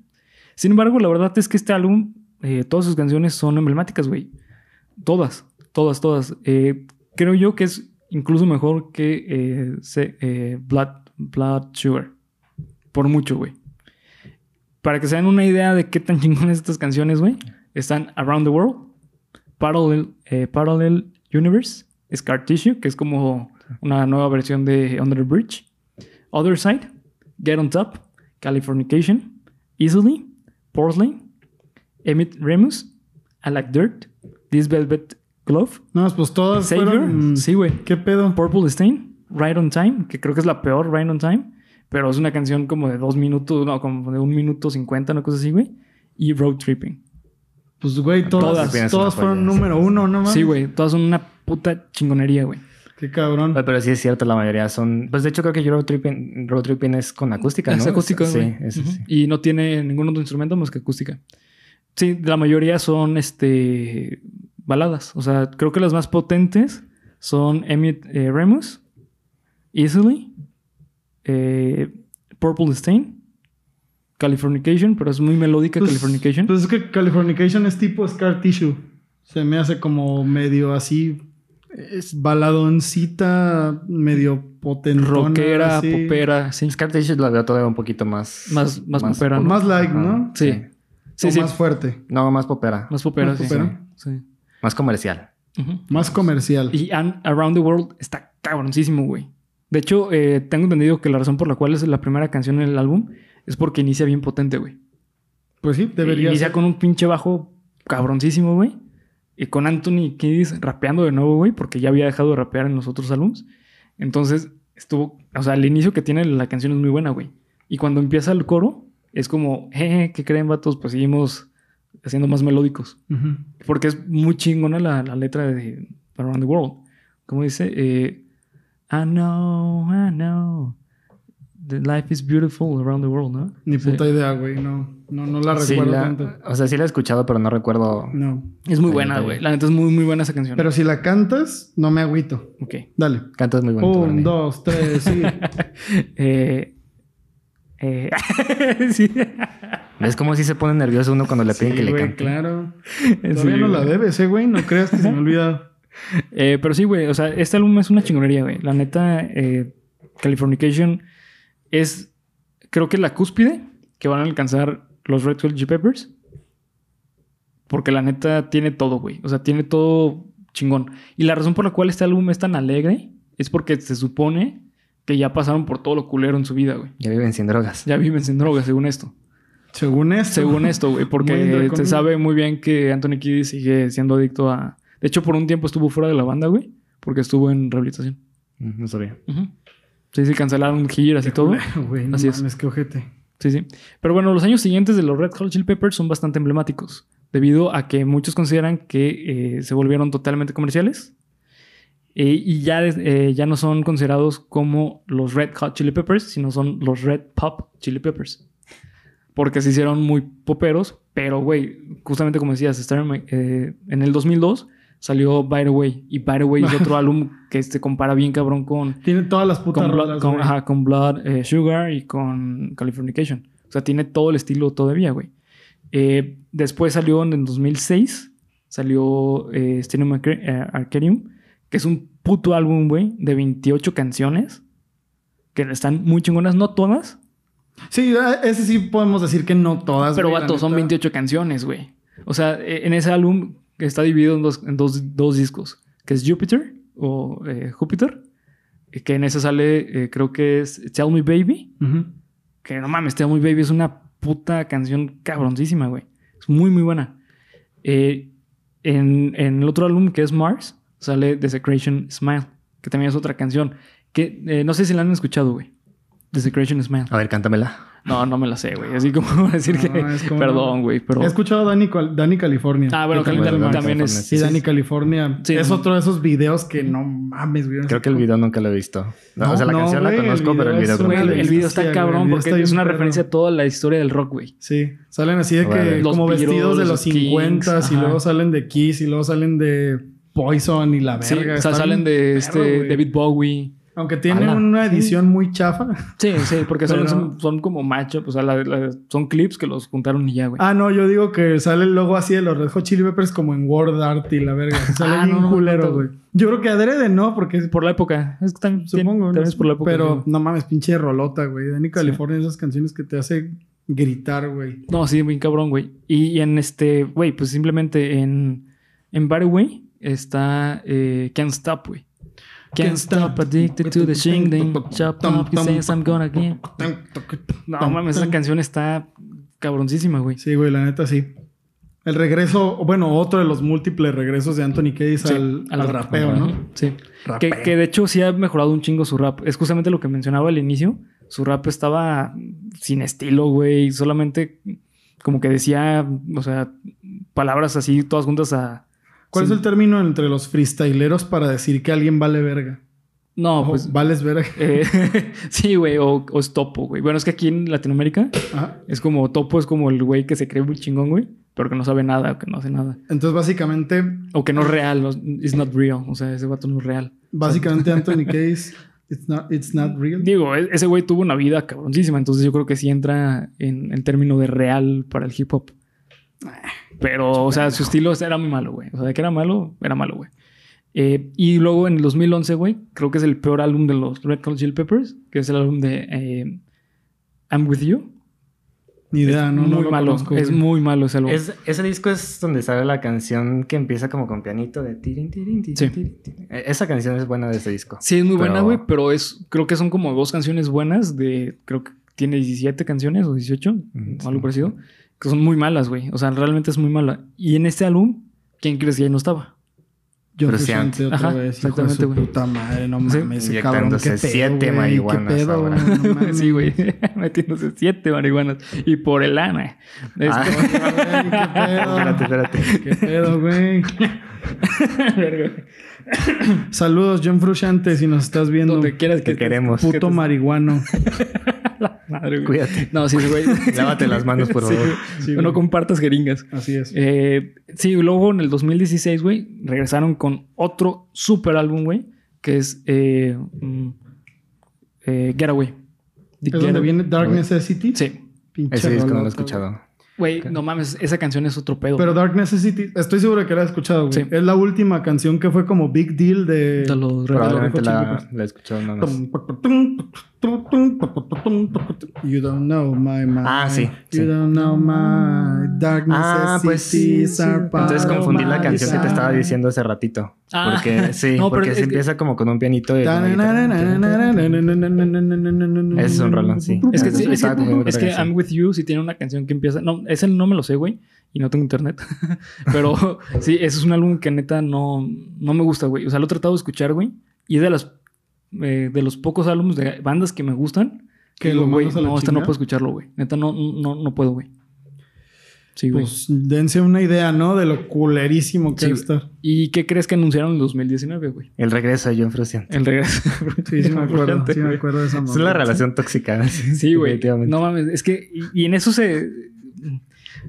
Speaker 2: Sin embargo, la verdad es que este álbum, eh, todas sus canciones son emblemáticas, güey. Todas, todas, todas. Eh, creo yo que es incluso mejor que eh, se- eh, Blood, Blood Sugar. Por mucho, güey. Para que se den una idea de qué tan chingones estas canciones, güey, están Around the World, Parallel, eh, Parallel Universe, Scar Tissue, que es como una nueva versión de Under the Bridge, Other Side, Get on Top, Californication, Easily, Portland, Emmett Remus, I Like Dirt, This Velvet Glove,
Speaker 1: No, más, pues todas
Speaker 2: Savior,
Speaker 1: fueron...
Speaker 2: sí, güey.
Speaker 1: ¿Qué pedo?
Speaker 2: Purple Stain, Right on Time, que creo que es la peor Right on Time, pero es una canción como de dos minutos, no, como de un minuto cincuenta, una cosa así, güey. Y Road Tripping.
Speaker 1: Pues, güey,
Speaker 2: Todas
Speaker 1: todas,
Speaker 3: apenas
Speaker 1: todas,
Speaker 3: unas
Speaker 1: fueron
Speaker 3: joyas.
Speaker 1: número uno, ¿no, mames?
Speaker 2: Sí, güey, todas son una puta chingonería, güey.
Speaker 1: Qué cabrón.
Speaker 3: Pero sí es cierto, la mayoría son. Pues de hecho, creo que Road Tripping, road tripping es con acústica, ¿no?
Speaker 2: Es acústica,
Speaker 3: Sí,
Speaker 2: güey.
Speaker 3: es
Speaker 2: Ujú.
Speaker 3: sí.
Speaker 2: Y no tiene ningún otro instrumento más que acústica. Sí, la mayoría son este baladas. O sea, creo que las más potentes son Emmett eh, Remus, Easily, eh, Purple Stain, Californication, pero es muy melódica
Speaker 1: Pues-
Speaker 2: Californication.
Speaker 1: Pues es que Californication es tipo Scar Tissue. Se me hace como medio así. Es baladoncita medio potentona.
Speaker 2: Rockera,
Speaker 1: así.
Speaker 2: popera, sí.
Speaker 3: Scarlet Issue la veo todavía un poquito más...
Speaker 2: Más- más popera, ¿no?
Speaker 1: Más like,
Speaker 3: Ajá,
Speaker 1: ¿no?
Speaker 2: Sí. Sí,
Speaker 1: O
Speaker 2: sí.
Speaker 1: más
Speaker 2: Más,
Speaker 1: fuerte.
Speaker 3: No, más popera. Más,
Speaker 2: popera,
Speaker 1: más
Speaker 2: sí.
Speaker 1: popera.
Speaker 2: Sí.
Speaker 3: comercial.
Speaker 2: Ujú.
Speaker 1: Más comercial.
Speaker 2: Y An- Around the World está cabroncísimo, güey. De hecho, eh, tengo entendido que la razón por la cual es la primera canción en el álbum es porque inicia bien potente, güey.
Speaker 1: Pues sí, debería
Speaker 2: Inicia
Speaker 1: ser.
Speaker 2: con un pinche bajo cabroncísimo, güey. Y con Anthony Kiddis rapeando de nuevo, güey, porque ya había dejado de rapear en los otros álbums. Entonces, estuvo, o sea, el inicio que tiene la canción es muy buena, güey. Y cuando empieza el coro, es como, jeje, ¿qué creen, vatos? Pues seguimos haciendo más melódicos.
Speaker 1: Ujú.
Speaker 2: Porque es muy chingona la, la letra de Around the World. Como dice, eh, I know, I know. The life is beautiful around the world, ¿no?
Speaker 1: Ni
Speaker 2: Sí.
Speaker 1: puta idea, güey. No, no, no la
Speaker 3: Sí,
Speaker 1: recuerdo
Speaker 3: la-
Speaker 1: tanto.
Speaker 3: o sea, sí la he escuchado, pero no recuerdo...
Speaker 1: No.
Speaker 2: Es muy
Speaker 3: Ahí
Speaker 2: buena,
Speaker 3: está
Speaker 2: güey.
Speaker 3: bien.
Speaker 2: La neta es muy, muy buena esa canción.
Speaker 1: Pero si la cantas, no me agüito.
Speaker 2: ok.
Speaker 1: Dale.
Speaker 3: Cantas muy bonito.
Speaker 1: Un,
Speaker 3: Bernie.
Speaker 1: dos, tres, sí.
Speaker 2: Eh, eh, sí.
Speaker 3: Es como si se pone nervioso uno cuando le
Speaker 1: Sí,
Speaker 3: piden que le
Speaker 1: güey,
Speaker 3: cante.
Speaker 1: claro.
Speaker 2: Sí,
Speaker 1: Todavía no la
Speaker 2: güey.
Speaker 1: debes, eh, güey. No creas que se me olvida.
Speaker 2: Eh, pero sí, güey. O sea, este álbum es una chingonería, güey. La neta, eh, Californication es, creo que la cúspide que van a alcanzar los Red Hot Chili Peppers. Porque la neta tiene todo, güey. O sea, tiene todo chingón. Y la razón por la cual este álbum es tan alegre es porque se supone que ya pasaron por todo lo culero en su vida, güey.
Speaker 3: Ya viven sin drogas.
Speaker 2: Ya viven sin droga, según esto.
Speaker 1: Según esto.
Speaker 2: Según esto, güey,
Speaker 1: Muy entre
Speaker 2: porque se
Speaker 1: comillas.
Speaker 2: sabe muy bien que Anthony Kiddis sigue siendo adicto a. De hecho, por un tiempo estuvo fuera de la banda, güey, porque estuvo en rehabilitación.
Speaker 3: Mm, No sabía.
Speaker 2: Ujú. Sí, sí, cancelaron giras y todo.
Speaker 1: Güey, no
Speaker 2: Así es.
Speaker 1: mames, qué ojete.
Speaker 2: Sí, sí. Pero bueno, los años siguientes de los Red Hot Chili Peppers son bastante emblemáticos, debido a que muchos consideran que eh, se volvieron totalmente comerciales eh, y ya, des- eh, ya no son considerados como los Red Hot Chili Peppers, sino son los Red Pop Chili Peppers. Porque se hicieron muy poperos, pero güey, justamente como decías, Starman, eh, en el 2002 salió By the Way y By the Way es otro álbum que se compara bien cabrón con
Speaker 1: Tiene todas las putas
Speaker 2: con Blood,
Speaker 1: rolas,
Speaker 2: con-
Speaker 1: güey.
Speaker 2: ajá, con Blood, eh, Sugar y con Californication. O sea, tiene todo el estilo todavía, güey. Eh, después salió en el 2006, salió eh, Stadium Arca- eh, Arcadium, que es un puto álbum, güey, de 28 canciones, que están muy chingonas, no todas,
Speaker 1: Sí, eh, ese sí podemos decir que no todas.
Speaker 2: pero
Speaker 1: güey, la
Speaker 2: vato, son
Speaker 1: neta.
Speaker 2: 28 canciones, güey. O sea, eh, en ese álbum que está dividido en dos, en dos, dos discos, que es Jupiter o eh, Júpiter, eh, que en ese sale, eh, creo que es Tell Me Baby.
Speaker 1: Ujú.
Speaker 2: Que no mames, Tell Muy Baby es una puta canción cabroncísima, güey. Es muy, muy buena. Eh, en, en el otro álbum que es Mars, sale Desecration Smile, que también es otra canción. Que eh, no sé si la han escuchado, güey. Desecration Smile.
Speaker 3: A ver, cántamela.
Speaker 2: No, no me la sé, güey. Así como para decir
Speaker 1: No,
Speaker 2: que.
Speaker 1: es como-
Speaker 2: Perdón, güey, pero.
Speaker 1: He escuchado Dani, Cual- Dani California.
Speaker 2: Ah, bueno,
Speaker 1: Que
Speaker 2: Cali-
Speaker 1: también-
Speaker 3: California,
Speaker 2: también, también es.
Speaker 3: California,
Speaker 1: Sí, Dani California.
Speaker 2: Sí.
Speaker 1: es otro de esos videos que no mames, güey.
Speaker 3: Creo que el video nunca lo he visto. No,
Speaker 1: No,
Speaker 3: o sea, la
Speaker 1: no,
Speaker 3: canción
Speaker 1: güey,
Speaker 3: la
Speaker 1: el
Speaker 3: conozco, pero el
Speaker 1: video
Speaker 3: video
Speaker 1: es
Speaker 3: nunca
Speaker 1: una
Speaker 2: Güey,
Speaker 3: lo he
Speaker 2: el, el
Speaker 3: visto.
Speaker 2: video está
Speaker 1: Sí, güey, el
Speaker 2: cabrón
Speaker 1: video está
Speaker 2: porque
Speaker 1: bien
Speaker 2: es una
Speaker 1: perro.
Speaker 2: referencia a toda la historia del rock, güey.
Speaker 1: Sí, salen así de que
Speaker 3: Órale.
Speaker 2: Los
Speaker 1: como
Speaker 2: Beatles,
Speaker 1: vestidos de los,
Speaker 2: los Kings,
Speaker 1: 50 y
Speaker 2: ajá.
Speaker 1: luego salen de Kiss y luego salen de Poison y la verga.
Speaker 2: Sí, o sea,
Speaker 1: Están
Speaker 2: salen de
Speaker 1: perro,
Speaker 2: este
Speaker 1: güey.
Speaker 2: David Bowie.
Speaker 1: Aunque tienen
Speaker 3: Ala.
Speaker 1: una edición muy chafa.
Speaker 2: Sí, sí, porque son,
Speaker 1: Pero-
Speaker 2: son, son como matchup, o sea, la- la- son clips que los juntaron y ya, güey.
Speaker 1: Ah, no, yo digo que sale el logo así de los Red Hot Chili Peppers como en Word Art y la verga. Sale
Speaker 2: Ah,
Speaker 1: bien
Speaker 2: no, no,
Speaker 1: culero,
Speaker 2: tanto.
Speaker 1: güey. Yo creo que adrede no, porque es-
Speaker 2: por la época. Es que también,
Speaker 1: supongo.
Speaker 2: también
Speaker 1: ¿no?
Speaker 2: es por la época.
Speaker 1: Pero
Speaker 2: sí.
Speaker 1: no mames, pinche rolota, güey. Dani California, esas canciones que te hace gritar, güey.
Speaker 2: No, sí, bien cabrón, güey. Y, y en este, güey, pues simplemente en, en Body Way está eh, Can't Stop, güey. Can't stop addicted to the shing ding. Chop up, he says I'm gonna get. No mames, esa canción está cabroncísima, güey.
Speaker 1: Sí, güey, la neta sí. El regreso, o bueno, otro de los múltiples regresos de Anthony Kiedis
Speaker 2: Sí,
Speaker 1: al, al
Speaker 2: rap.
Speaker 1: rapeo, ¿no?
Speaker 2: Ujú, Sí. Que,
Speaker 1: Rapeo.
Speaker 2: que de hecho sí ha mejorado un chingo su rap. Es justamente lo que mencionaba al inicio. Su rap estaba sin estilo, güey. Solamente como que decía, o sea, palabras así todas juntas a...
Speaker 1: ¿Cuál
Speaker 2: sí.
Speaker 1: es el término entre los freestyleros para decir que alguien vale verga?
Speaker 2: No,
Speaker 1: Ojo,
Speaker 2: pues...
Speaker 1: vales verga.
Speaker 2: eh, sí, güey, o, o es topo, güey. Bueno, es que aquí en Latinoamérica
Speaker 1: Ajá.
Speaker 2: es como topo, es como el güey que se cree muy chingón, güey, pero que no sabe nada, o que no hace nada.
Speaker 1: Entonces, básicamente,
Speaker 2: O que no es real, es not real, o sea, ese vato no es real.
Speaker 1: básicamente Anthony Kiedis, it's not, it's not real.
Speaker 2: Digo, e- ese güey tuvo una vida cabroncísima, entonces yo creo que sí entra en el término de real para el hip hop.
Speaker 1: Ah,
Speaker 2: Pero, o sea, su estilo era muy malo, güey. O sea, de que era malo, era malo, güey. Eh, y luego en el 2011, güey, creo que es el peor álbum de los Red Hot Chili Peppers, que es el álbum de eh, I'm With You.
Speaker 1: Ni idea, no,
Speaker 2: muy
Speaker 1: no lo
Speaker 2: malo,
Speaker 1: conozco,
Speaker 2: es
Speaker 1: güey.
Speaker 2: muy malo ese álbum.
Speaker 3: Es- ese disco es donde sale la canción que empieza como con pianito de tirin, tirin, tirin,
Speaker 2: Sí.
Speaker 3: tirin, tirin. E- Esa canción es buena de ese disco.
Speaker 2: Sí, es muy buena,
Speaker 3: Pero-
Speaker 2: güey, pero es, creo que son como dos canciones buenas de, creo que tiene 17 canciones o 18, o algo
Speaker 3: sí.
Speaker 2: parecido, que son muy malas, güey. O sea, realmente es muy mala. Y en este álbum, ¿quién crees que ahí no estaba?
Speaker 1: John
Speaker 3: Frusciante.
Speaker 1: Frusciante otra
Speaker 2: Ajá,
Speaker 1: vez. hijo de
Speaker 2: exactamente,
Speaker 1: su
Speaker 2: güey.
Speaker 1: Puta madre, no
Speaker 2: Sí.
Speaker 1: mames. ese cabrón, qué
Speaker 3: Inyectándose
Speaker 1: pedo,
Speaker 3: siete
Speaker 1: güey,
Speaker 3: marihuanas
Speaker 1: Qué pedo,
Speaker 3: ahora.
Speaker 1: güey, no mames.
Speaker 2: sí, güey, metiéndose siete marihuanas y por el ana. Este-
Speaker 3: Ah. espérate,
Speaker 1: Qué pedo.
Speaker 3: espérate.
Speaker 1: Qué pedo, güey.
Speaker 2: Este, Verga.
Speaker 1: Saludos, John Frusciante, si nos estás viendo.
Speaker 2: Donde quieras que
Speaker 3: Te queremos.
Speaker 2: que
Speaker 1: Puto marihuano.
Speaker 2: Madre, güey.
Speaker 3: Cuídate.
Speaker 2: No, sí, güey.
Speaker 3: Lávate las manos, por
Speaker 2: Sí,
Speaker 3: favor.
Speaker 2: güey.
Speaker 1: Sí,
Speaker 2: no
Speaker 1: güey.
Speaker 2: compartas jeringas.
Speaker 1: Así es.
Speaker 2: Eh, sí, luego en el 2016, güey, regresaron con otro super álbum, güey, que es eh, mm, eh, Getaway. The
Speaker 1: ¿Es donde
Speaker 2: Getaway.
Speaker 1: viene Dark Necessity?
Speaker 2: Sí.
Speaker 1: Pinche
Speaker 3: Ese disco no lo he
Speaker 1: rolota,
Speaker 3: escuchado.
Speaker 2: Güey, no mames, esa canción es otro pedo.
Speaker 1: güey. Pero Dark Necessity, estoy seguro que la he escuchado, güey.
Speaker 2: Sí.
Speaker 1: Es la última canción que fue como Big Deal de.
Speaker 2: de los Red Hot Chili
Speaker 3: Probablemente la,
Speaker 2: Peppers.
Speaker 3: la he escuchado nada más.
Speaker 1: You don't know my mind.
Speaker 3: Ah, sí,
Speaker 1: You
Speaker 3: sí.
Speaker 1: don't know my dark
Speaker 3: Ah, pues sí.
Speaker 1: necessities are part
Speaker 3: Entonces
Speaker 1: of
Speaker 3: confundí la
Speaker 1: my
Speaker 3: canción que te estaba
Speaker 1: design.
Speaker 3: diciendo hace ratito.
Speaker 2: Ah.
Speaker 3: Porque sí,
Speaker 2: No, pero
Speaker 3: porque
Speaker 2: es
Speaker 3: se
Speaker 2: que-
Speaker 3: empieza como con un pianito de.
Speaker 1: Ese
Speaker 3: Ese es un rolón, sí.
Speaker 2: Es que, sí,
Speaker 3: Entonces,
Speaker 2: es,
Speaker 3: estaba
Speaker 2: que,
Speaker 3: confundiendo
Speaker 2: es
Speaker 3: otra
Speaker 2: que
Speaker 3: canción.
Speaker 2: I'm With You sí tiene una canción que empieza... No, ese no me lo sé, güey. Y no tengo internet. Pero sí, ese es un álbum que neta no, no me gusta, güey. O sea, lo he tratado de escuchar, güey. Y es de las... eh, de los pocos álbumes de bandas que me gustan.
Speaker 1: Que
Speaker 2: Que,
Speaker 1: lo
Speaker 2: güey,
Speaker 1: mandas a la
Speaker 2: no, este no
Speaker 1: chingada.
Speaker 2: puedo escucharlo, güey. Neta, no, no, no puedo, güey. Sí, güey.
Speaker 1: Pues dense una idea, ¿no? De lo culerísimo que
Speaker 2: Sí,
Speaker 1: va a estar.
Speaker 2: ¿Y qué crees que anunciaron en 2019, güey?
Speaker 3: El regreso de John Frusciante.
Speaker 2: El regreso.
Speaker 1: Sí, sí me acuerdo.
Speaker 2: Brillante,
Speaker 1: Sí me
Speaker 2: güey.
Speaker 1: acuerdo de esa
Speaker 3: Es una
Speaker 1: mamá.
Speaker 3: relación tóxica.
Speaker 2: Sí, güey.
Speaker 3: definitivamente.
Speaker 2: No mames, es que. Y, y en eso se.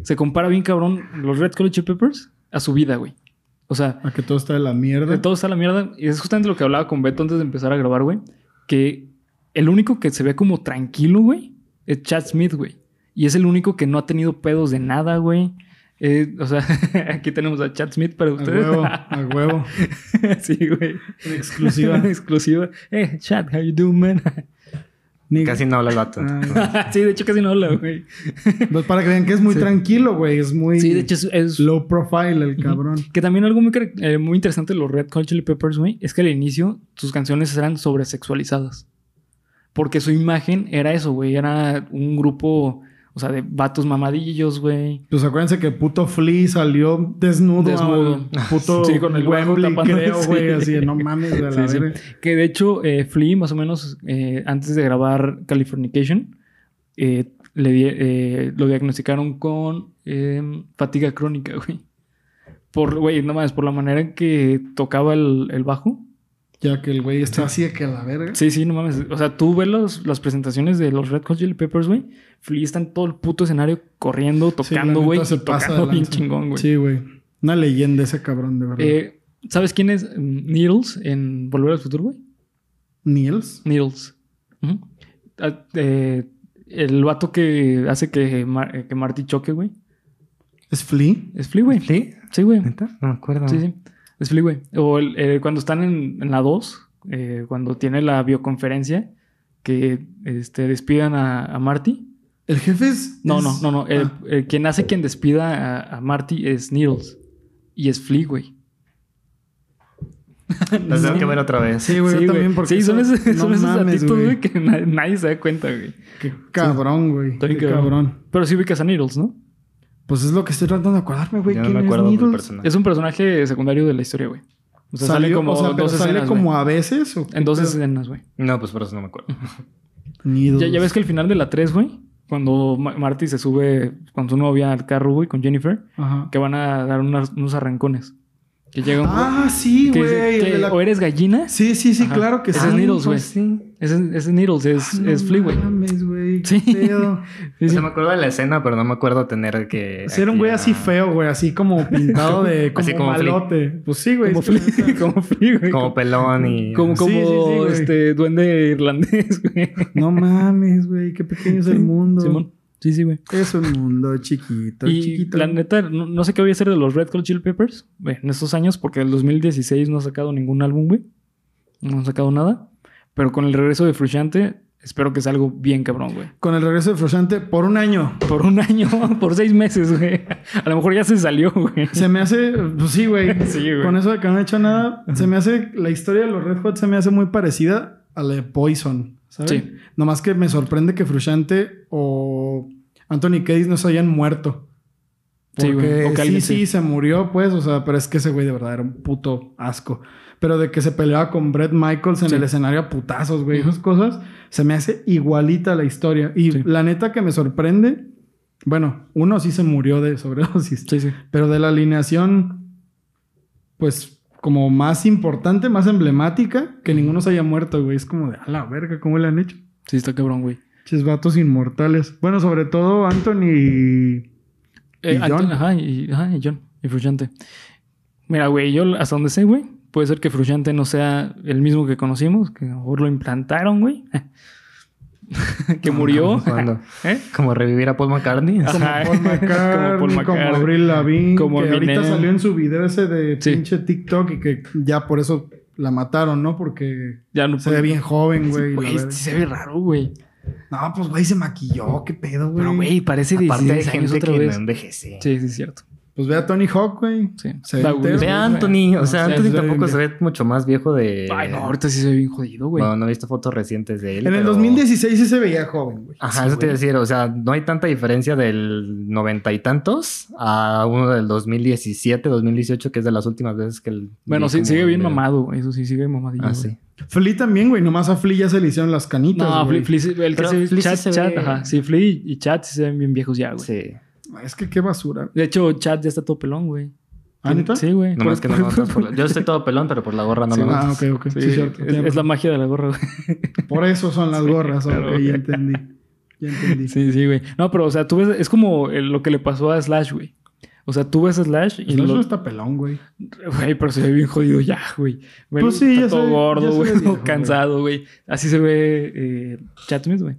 Speaker 2: Se compara bien, cabrón, los Red College Peppers a su vida, güey. O sea,
Speaker 1: A que todo está de la mierda.
Speaker 2: de todo está la mierda. Y es justamente lo que hablaba con Beto antes de empezar a grabar, güey. Que el único que se ve como tranquilo, güey, es Chad Smith, güey. Y es el único que no ha tenido pedos de nada, güey. Eh, o sea, aquí tenemos a Chad Smith para
Speaker 1: A
Speaker 2: ustedes.
Speaker 1: huevo, a huevo.
Speaker 2: sí, güey.
Speaker 1: En exclusiva.
Speaker 2: Exclusiva. Eh, Chad, how you doing, man?
Speaker 1: Ni-
Speaker 3: Casi no habla el vato.
Speaker 1: Ah,
Speaker 2: sí, de hecho casi no habla, güey.
Speaker 1: pues para que vean que es muy tranquilo, güey. Es muy
Speaker 2: Sí, de hecho es- es
Speaker 1: low profile el cabrón.
Speaker 2: Que también algo muy, car- eh, muy interesante de los Red Hot Chili Peppers, güey, es que al inicio sus canciones eran sobresexualizadas. Porque su imagen era eso, güey. Era un grupo, o sea, de vatos mamadillos, güey.
Speaker 1: Pues acuérdense que puto Flea salió desnudo.
Speaker 2: Desnudo.
Speaker 1: al Puto
Speaker 2: Sí, con el bajo
Speaker 1: Wembley,
Speaker 2: tapando-
Speaker 1: creo,
Speaker 2: sí.
Speaker 1: güey. Así de no mames, de la
Speaker 2: Sí, sí.
Speaker 1: verga.
Speaker 2: Que de hecho, eh, Flea, más o menos, eh, antes de grabar Californication, eh, le di- eh, lo diagnosticaron con eh, fatiga crónica, güey. Por, güey, no más, por la manera en que tocaba el, el bajo.
Speaker 1: Ya que el güey está así de que la verga.
Speaker 2: Sí, sí, no mames. O sea, tú ves los- las presentaciones de los Red Hot Chili Peppers, güey. Flea está en todo el puto escenario corriendo,
Speaker 1: Sí, la
Speaker 2: tocando,
Speaker 1: neta
Speaker 2: güey.
Speaker 1: se
Speaker 2: y
Speaker 1: pasa
Speaker 2: tocando
Speaker 1: de
Speaker 2: bien
Speaker 1: lanza.
Speaker 2: chingón, güey.
Speaker 1: Sí, güey. Una leyenda ese cabrón, de verdad.
Speaker 2: Eh, ¿Sabes quién es mm, Needles en Volver al Futuro, güey?
Speaker 1: Niels.
Speaker 2: Needles. Ujú. Ah, eh, el vato que hace que, Mar- eh, que Marty choque, güey.
Speaker 1: ¿Es Flea?
Speaker 2: Es Flea, güey. Sí, güey.
Speaker 3: ¿Neta? No me acuerdo.
Speaker 2: Sí, sí. Es Flea, güey. O el- eh, cuando están en, en la 2, eh, cuando tiene la bioconferencia, que este, despidan a, a Marty.
Speaker 1: ¿El jefe es...?
Speaker 2: No,
Speaker 1: es-
Speaker 2: no, no, eh, no. El,
Speaker 1: Ah,
Speaker 2: el quien hace quien despida a, a Marty es Needles. Y es Flea, güey.
Speaker 3: Las tengo que ver otra vez.
Speaker 1: Ah, Sí, güey, yo también porque...
Speaker 2: Sí, son,
Speaker 1: eso-
Speaker 2: esos, son
Speaker 1: no
Speaker 2: esos
Speaker 1: mames,
Speaker 2: datitos, güey, que na- nadie se da cuenta, güey.
Speaker 1: Qué cabrón, güey.
Speaker 2: Está
Speaker 1: Qué
Speaker 2: bien
Speaker 1: cabrón.
Speaker 2: cabrón. Pero sí ubicas a Needles, ¿no?
Speaker 1: Pues es lo que estoy tratando de acordarme, güey.
Speaker 3: Yo no
Speaker 1: ¿Quién
Speaker 3: me
Speaker 1: es
Speaker 3: acuerdo del
Speaker 1: Needles?
Speaker 3: personaje.
Speaker 2: Es un personaje secundario de la historia, güey. O sea, sale
Speaker 1: Salió-
Speaker 2: como
Speaker 1: o sea,
Speaker 2: dos
Speaker 1: pero sale
Speaker 2: escenas,
Speaker 1: como
Speaker 2: güey.
Speaker 1: a veces o qué
Speaker 2: En dos
Speaker 1: pedo?
Speaker 2: escenas, güey.
Speaker 3: No, pues por eso no me acuerdo.
Speaker 1: Needles.
Speaker 2: Ya, ya ves que al final de la 3, güey, cuando Ma- Marty se sube con su novia al carro, güey, con Jennifer,
Speaker 1: Ajá.
Speaker 2: que van a dar unas- unos arrancones. Que llega un...
Speaker 1: Ah, sí,
Speaker 2: que
Speaker 1: güey.
Speaker 2: dice
Speaker 1: el
Speaker 2: que
Speaker 1: de la-
Speaker 2: O eres gallina
Speaker 1: Sí, sí, sí,
Speaker 2: Ajá.
Speaker 1: claro que
Speaker 2: Ese
Speaker 1: sí.
Speaker 2: es Needles, güey.
Speaker 1: Pues sí.
Speaker 2: Ese, ese Needles es,
Speaker 1: Ah, no
Speaker 2: es Flea, güey.
Speaker 1: mames, güey. qué
Speaker 2: Sí.
Speaker 1: pedo.
Speaker 2: Sí,
Speaker 3: O
Speaker 2: sí.
Speaker 3: sea, me acuerdo de la escena, pero no me acuerdo tener que.
Speaker 1: Sí, era un güey así
Speaker 3: feo.
Speaker 1: feo, güey. Así como pintado de... Como,
Speaker 3: Así como Flea.
Speaker 1: malote. Pues sí, güey.
Speaker 2: Como
Speaker 1: es que la
Speaker 2: Flea,
Speaker 1: neta-
Speaker 2: como Flea, güey.
Speaker 3: Como pelón y.
Speaker 2: Como,
Speaker 1: Sí, sí, sí,
Speaker 2: como,
Speaker 1: güey.
Speaker 2: este duende irlandés, güey.
Speaker 1: No mames, güey. Qué pequeño es el mundo.
Speaker 2: Simón. Sí, sí, güey.
Speaker 1: Es un mundo chiquito,
Speaker 2: Y
Speaker 1: chiquito.
Speaker 2: la neta, no, no sé qué voy a hacer de los Red Hot Chili Peppers güey, en estos años, porque el 2016 no ha sacado ningún álbum, güey. No han sacado nada. Pero con el regreso de Frusciante, espero que sea algo bien cabrón, güey.
Speaker 1: Con el regreso de Frusciante por un año.
Speaker 2: Por un año, por seis meses, güey. A lo mejor ya se salió, güey.
Speaker 1: Se me hace, pues sí, güey.
Speaker 2: Sí, güey.
Speaker 1: Con eso de que no he hecho nada, se me hace, la historia de los Red Hot se me hace muy parecida a la de Poison, ¿sabes?
Speaker 2: Sí.
Speaker 1: Nomás que me sorprende que Frusciante o Anthony Kiedis no se hayan muerto.
Speaker 2: Sí, güey.
Speaker 1: Porque
Speaker 2: O que
Speaker 1: sí,
Speaker 2: alguien
Speaker 1: sí,
Speaker 2: sí.
Speaker 1: se murió, pues, o sea, pero es que ese güey de verdad era un puto asco. Pero de que se peleaba con Brett Michaels en
Speaker 2: Sí.
Speaker 1: el escenario a putazos, güey,
Speaker 2: Ujú.
Speaker 1: esas cosas, se me hace igualita la historia. Y
Speaker 2: Sí.
Speaker 1: la neta que me sorprende, bueno, uno sí se murió de sobredosis,
Speaker 2: Sí, sí.
Speaker 1: pero de la alineación, pues como más importante, más emblemática, que ninguno se haya muerto, güey. Es como de a la verga, ¿cómo le han hecho?
Speaker 2: Sí, está cabrón, güey.
Speaker 1: Ches vatos inmortales. Bueno, sobre todo Anthony.
Speaker 2: Eh,
Speaker 1: ¿Y
Speaker 2: Anto-
Speaker 1: John?
Speaker 2: Ajá, y, ajá, y John. Y Frusciante. Mira, güey, yo hasta donde sé, güey, puede ser que Frusciante no sea el mismo que conocimos, que a lo mejor lo implantaron, güey. que murió.
Speaker 3: Cuando-
Speaker 2: ¿Eh?
Speaker 3: Como revivir a Paul McCartney.
Speaker 1: Como
Speaker 2: Ajá.
Speaker 1: Paul McCartney,
Speaker 2: Como Paul
Speaker 1: como,
Speaker 2: McCartney.
Speaker 1: Avril Lavigne.
Speaker 2: Como
Speaker 1: que ahorita
Speaker 2: Eminem.
Speaker 1: salió en su video ese de
Speaker 2: Sí.
Speaker 1: pinche TikTok y que ya por eso la mataron, ¿no? Porque
Speaker 2: Ya no
Speaker 1: se ve bien joven, güey. y la
Speaker 2: Güey,
Speaker 1: verga.
Speaker 2: sí se ve raro, güey.
Speaker 1: No, pues güey, se maquilló, qué pedo, güey.
Speaker 2: Pero, güey, parece de
Speaker 3: Aparte de
Speaker 2: 16 años
Speaker 3: gente que
Speaker 2: otra
Speaker 3: no
Speaker 2: vez.
Speaker 3: envejece.
Speaker 2: Sí, sí, es cierto.
Speaker 1: Pues ve a Tony Hawk, güey.
Speaker 2: Sí.
Speaker 1: Se ve
Speaker 2: Está, güey,
Speaker 1: entero.
Speaker 3: Ve
Speaker 2: güey.
Speaker 3: a Anthony. O sea,
Speaker 2: No,
Speaker 3: Anthony
Speaker 1: sí,
Speaker 3: tampoco
Speaker 1: sí.
Speaker 3: se ve mucho más viejo de...
Speaker 2: Ay, no, ahorita sí se ve bien jodido, güey.
Speaker 3: Bueno, no he visto fotogrecientes de él.
Speaker 1: En el
Speaker 3: pero-
Speaker 1: 2016 sí se veía joven, güey.
Speaker 3: Ajá,
Speaker 2: Sí,
Speaker 3: eso te iba a
Speaker 2: güey.
Speaker 3: decir. O sea, no hay tanta diferencia del noventa y tantos a uno del 2017, 2018, que es de las últimas veces que el.
Speaker 2: Bueno,
Speaker 3: vi
Speaker 2: sí,
Speaker 3: como
Speaker 2: sigue bien
Speaker 3: video.
Speaker 2: mamado, güey. Eso sí, sigue mamadillo.
Speaker 3: Ah,
Speaker 2: güey.
Speaker 3: sí.
Speaker 1: Flea también, güey. Nomás a Flea ya se le hicieron las canitas,
Speaker 2: No,
Speaker 1: güey.
Speaker 2: Fli- Fli- sí- el que
Speaker 3: Pero
Speaker 2: se-
Speaker 3: Fli sí
Speaker 2: chat,
Speaker 3: se
Speaker 2: chat,
Speaker 3: ve-
Speaker 2: ajá. Sí, Fli y chat sí se ven bien viejos ya, güey.
Speaker 3: Sí.
Speaker 1: Es que qué basura.
Speaker 2: De hecho, chat ya está todo pelón, güey.
Speaker 1: ¿Ah, neta?
Speaker 2: Sí, güey.
Speaker 3: Nomás que no lo notas por la- Yo estoy todo pelón, pero por la gorra no
Speaker 2: Sí,
Speaker 3: lo
Speaker 2: no.
Speaker 3: notas.
Speaker 1: Ah, ok, ok. Sí,
Speaker 2: Pues, Sí,
Speaker 1: cierto.
Speaker 2: es, es la magia de la gorra, güey.
Speaker 1: Por eso son las
Speaker 2: Sí,
Speaker 1: gorras,
Speaker 2: claro,
Speaker 1: ok,
Speaker 2: güey.
Speaker 1: ya entendí. Ya entendí.
Speaker 2: Sí, sí, güey. No, pero, o sea, tú ves... Es como eh, lo que le pasó a Slash, güey. O sea, tú ves a Slash y
Speaker 1: Pues no,
Speaker 2: lo-
Speaker 1: eso está pelón, güey.
Speaker 2: Güey, pero se ve bien jodido ya, güey. Güey,
Speaker 1: Pues sí,
Speaker 2: está
Speaker 1: ya se
Speaker 2: todo
Speaker 1: ve- ya
Speaker 2: gordo,
Speaker 1: se ve
Speaker 2: güey.
Speaker 1: viejo,
Speaker 2: todo
Speaker 1: güey.
Speaker 2: cansado, güey. Así se ve eh, Chad Smith, güey.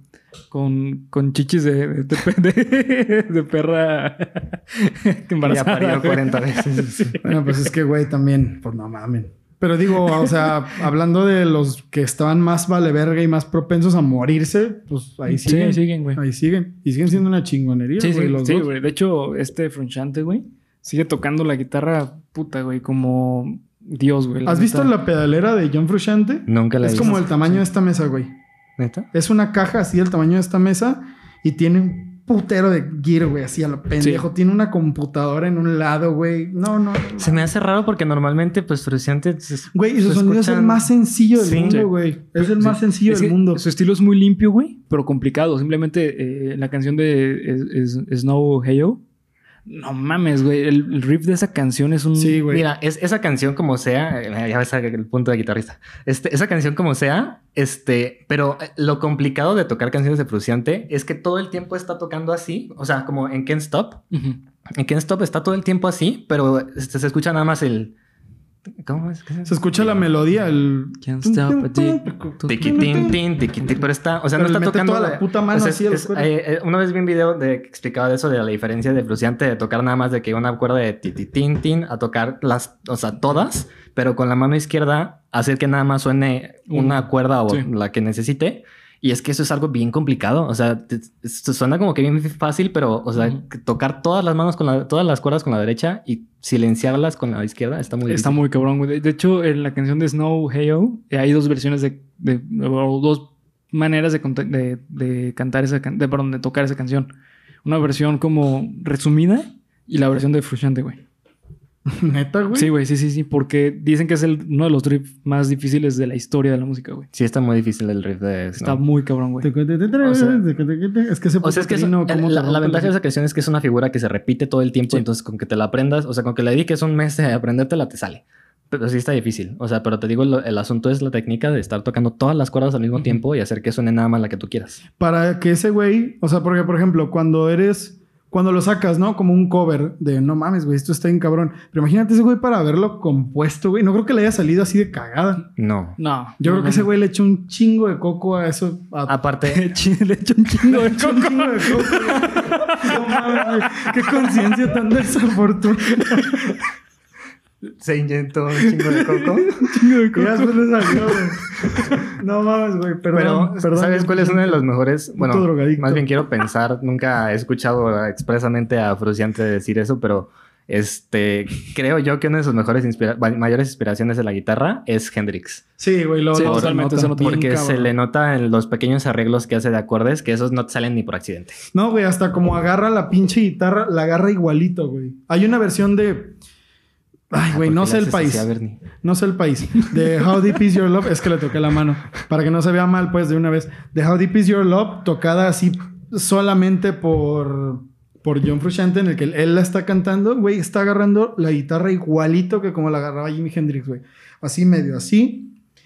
Speaker 2: Con, con chichis de, de, de- de perra que
Speaker 3: Ya
Speaker 2: embarazada.
Speaker 3: parió
Speaker 2: güey.
Speaker 3: 40 veces.
Speaker 2: Sí.
Speaker 1: Bueno, pues es que, güey, también, pues no mamen. Pero digo, o sea, hablando de los que estaban más vale verga y más propensos a morirse, pues ahí
Speaker 2: Sí,
Speaker 1: siguen.
Speaker 2: siguen, güey.
Speaker 1: Ahí siguen. Y siguen siendo una chingonería,
Speaker 2: Sí,
Speaker 1: güey,
Speaker 2: sí,
Speaker 1: los
Speaker 2: sí,
Speaker 1: dos.
Speaker 2: güey. De hecho, este Frunchante, güey, sigue tocando la guitarra puta, güey, como Dios, güey.
Speaker 1: ¿Has visto
Speaker 2: neta.
Speaker 1: la pedalera de John Frusciante?
Speaker 3: Nunca la
Speaker 1: Es
Speaker 3: vi.
Speaker 1: como el tamaño de esta mesa, güey.
Speaker 3: ¿Neta?
Speaker 1: Es una caja así del tamaño de esta mesa y tiene un putero de gear, güey, así a lo pendejo. Tiene una computadora en un lado, güey. No, no. no.
Speaker 3: Se me hace raro porque normalmente, pues, Fruciante.
Speaker 1: Güey, y su sonido es el más sencillo del
Speaker 3: Sí. Sí.
Speaker 1: mundo, güey. Es el
Speaker 2: Sí.
Speaker 1: más sencillo
Speaker 2: Es
Speaker 1: del
Speaker 2: que
Speaker 1: mundo.
Speaker 2: Su estilo es muy limpio, güey, pero complicado. Simplemente eh, la canción de es- es- Snow Hail. No mames, güey. El, el riff de esa canción es un.
Speaker 1: Sí, güey.
Speaker 3: Mira, es, esa canción como sea, eh, ya ves el punto de guitarrista. Este, esa canción como sea, este, pero eh, lo complicado de tocar canciones de Fruciante es que todo el tiempo está tocando así, o sea, como en Can't Stop.
Speaker 2: Ujú.
Speaker 3: En Can't Stop está todo el tiempo así, pero este, se escucha nada más el. ¿Cómo es?
Speaker 1: Se escucha la melodía, el...
Speaker 2: Can't stop a dick.
Speaker 3: Tiquitín, tin, tiquitín, pero está, o sea,
Speaker 1: Pero le
Speaker 3: no está
Speaker 1: mete
Speaker 3: tocando
Speaker 1: toda la puta mano
Speaker 3: o sea, es-
Speaker 1: así a los
Speaker 3: es-
Speaker 1: cuerdas.
Speaker 3: eh, eh, una vez vi un video de, que explicaba de eso de la diferencia de Fruciante de tocar nada más de que una cuerda de ti, ti, tin, tin, a tocar las, o sea, todas, pero con la mano izquierda hacer que nada más suene una cuerda o
Speaker 2: Mm. Sí.
Speaker 3: la que necesite. Y es que eso es algo bien complicado, o sea, te- es- suena como que bien fácil, pero, o sea,
Speaker 2: Ujú.
Speaker 3: que tocar todas las manos con la, todas las cuerdas con la derecha y silenciarlas con la izquierda está muy
Speaker 2: Está
Speaker 3: difícil.
Speaker 2: muy cabrón, güey. De- De hecho, en la canción de Snow Hail eh, hay dos versiones de. de- o dos maneras de, cont- de- de cantar esa can- de, perdón, de tocar esa canción. Una versión como resumida y la versión de Frusciante, güey.
Speaker 1: Neta, güey.
Speaker 2: Sí, güey, sí, sí, sí. Porque dicen que es el, uno de los riffs más difíciles de la historia de la música, güey.
Speaker 3: Sí, está muy difícil el riff de.
Speaker 2: Está
Speaker 3: Snow.
Speaker 2: muy cabrón, güey.
Speaker 1: O sea, es que ese
Speaker 3: O sea, es
Speaker 1: puto
Speaker 3: que eso-
Speaker 1: trino, ¿cómo te
Speaker 3: la, la
Speaker 1: rompe
Speaker 3: ventaja de
Speaker 1: los-
Speaker 3: esa canción es que es una figura que se repite todo el tiempo,
Speaker 2: Sí.
Speaker 3: entonces con que te la aprendas, o sea, con que la dediques un mes de aprendértela, te sale. Pero sí está difícil. O sea, pero te digo, lo- el asunto es la técnica de estar tocando todas las cuerdas al mismo
Speaker 2: Ujú.
Speaker 3: tiempo y hacer que suene nada más la que tú quieras.
Speaker 1: Para que ese güey... O sea, porque, por ejemplo, cuando eres cuando lo sacas, ¿no? Como un cover de no mames, güey, esto está bien cabrón. Pero imagínate ese güey para haberlo compuesto, güey. No creo que le haya salido así de cagada.
Speaker 3: No.
Speaker 2: No.
Speaker 1: Yo creo
Speaker 2: no,
Speaker 1: que
Speaker 2: no,
Speaker 1: ese
Speaker 2: no.
Speaker 1: güey le echó un chingo de coco a eso. A
Speaker 3: Aparte,
Speaker 2: le echó un chingo de
Speaker 1: Un
Speaker 2: coco.
Speaker 1: chingo de coco, güey. No mames, güey. Qué conciencia tan desafortunada.
Speaker 3: se inyectó un chingo de coco.
Speaker 2: Chingo de
Speaker 1: Que ya
Speaker 2: coco.
Speaker 1: después le salió, güey. No mames, güey. Perdón.
Speaker 3: Pero,
Speaker 1: perdón.
Speaker 3: ¿sabes cuál es uno de los mejores? Bueno,
Speaker 1: Puto drogadicto.
Speaker 3: más bien quiero pensar, nunca he escuchado expresamente a Fruciante decir eso, pero este, creo yo que una de sus mejores inspira- ma- mayores inspiraciones de la guitarra es Hendrix.
Speaker 1: Sí, güey. Lo,
Speaker 2: Sí,
Speaker 1: lo-
Speaker 2: totalmente,
Speaker 1: nota.
Speaker 2: se nota. Bien
Speaker 3: Porque se
Speaker 2: cabrón.
Speaker 3: le nota en los pequeños arreglos que hace de acordes que esos no salen ni por accidente.
Speaker 1: No, güey, hasta como agarra la pinche guitarra, la agarra igualito, güey. Hay una versión de. Ay, güey,
Speaker 3: ¿Por
Speaker 1: no
Speaker 3: qué
Speaker 1: sé
Speaker 3: le
Speaker 1: el
Speaker 3: Ah, haces así
Speaker 1: país.
Speaker 3: a Bernie?
Speaker 1: No sé el país. De How Deep Is Your Love. Es que le toqué la mano. Para que no se vea mal, pues, de una vez. De How Deep Is Your Love, tocada así solamente por, por John Frusciante, en el que él la está cantando. Güey, está agarrando la guitarra igualito que como la agarraba Jimi Hendrix, güey. Así medio así.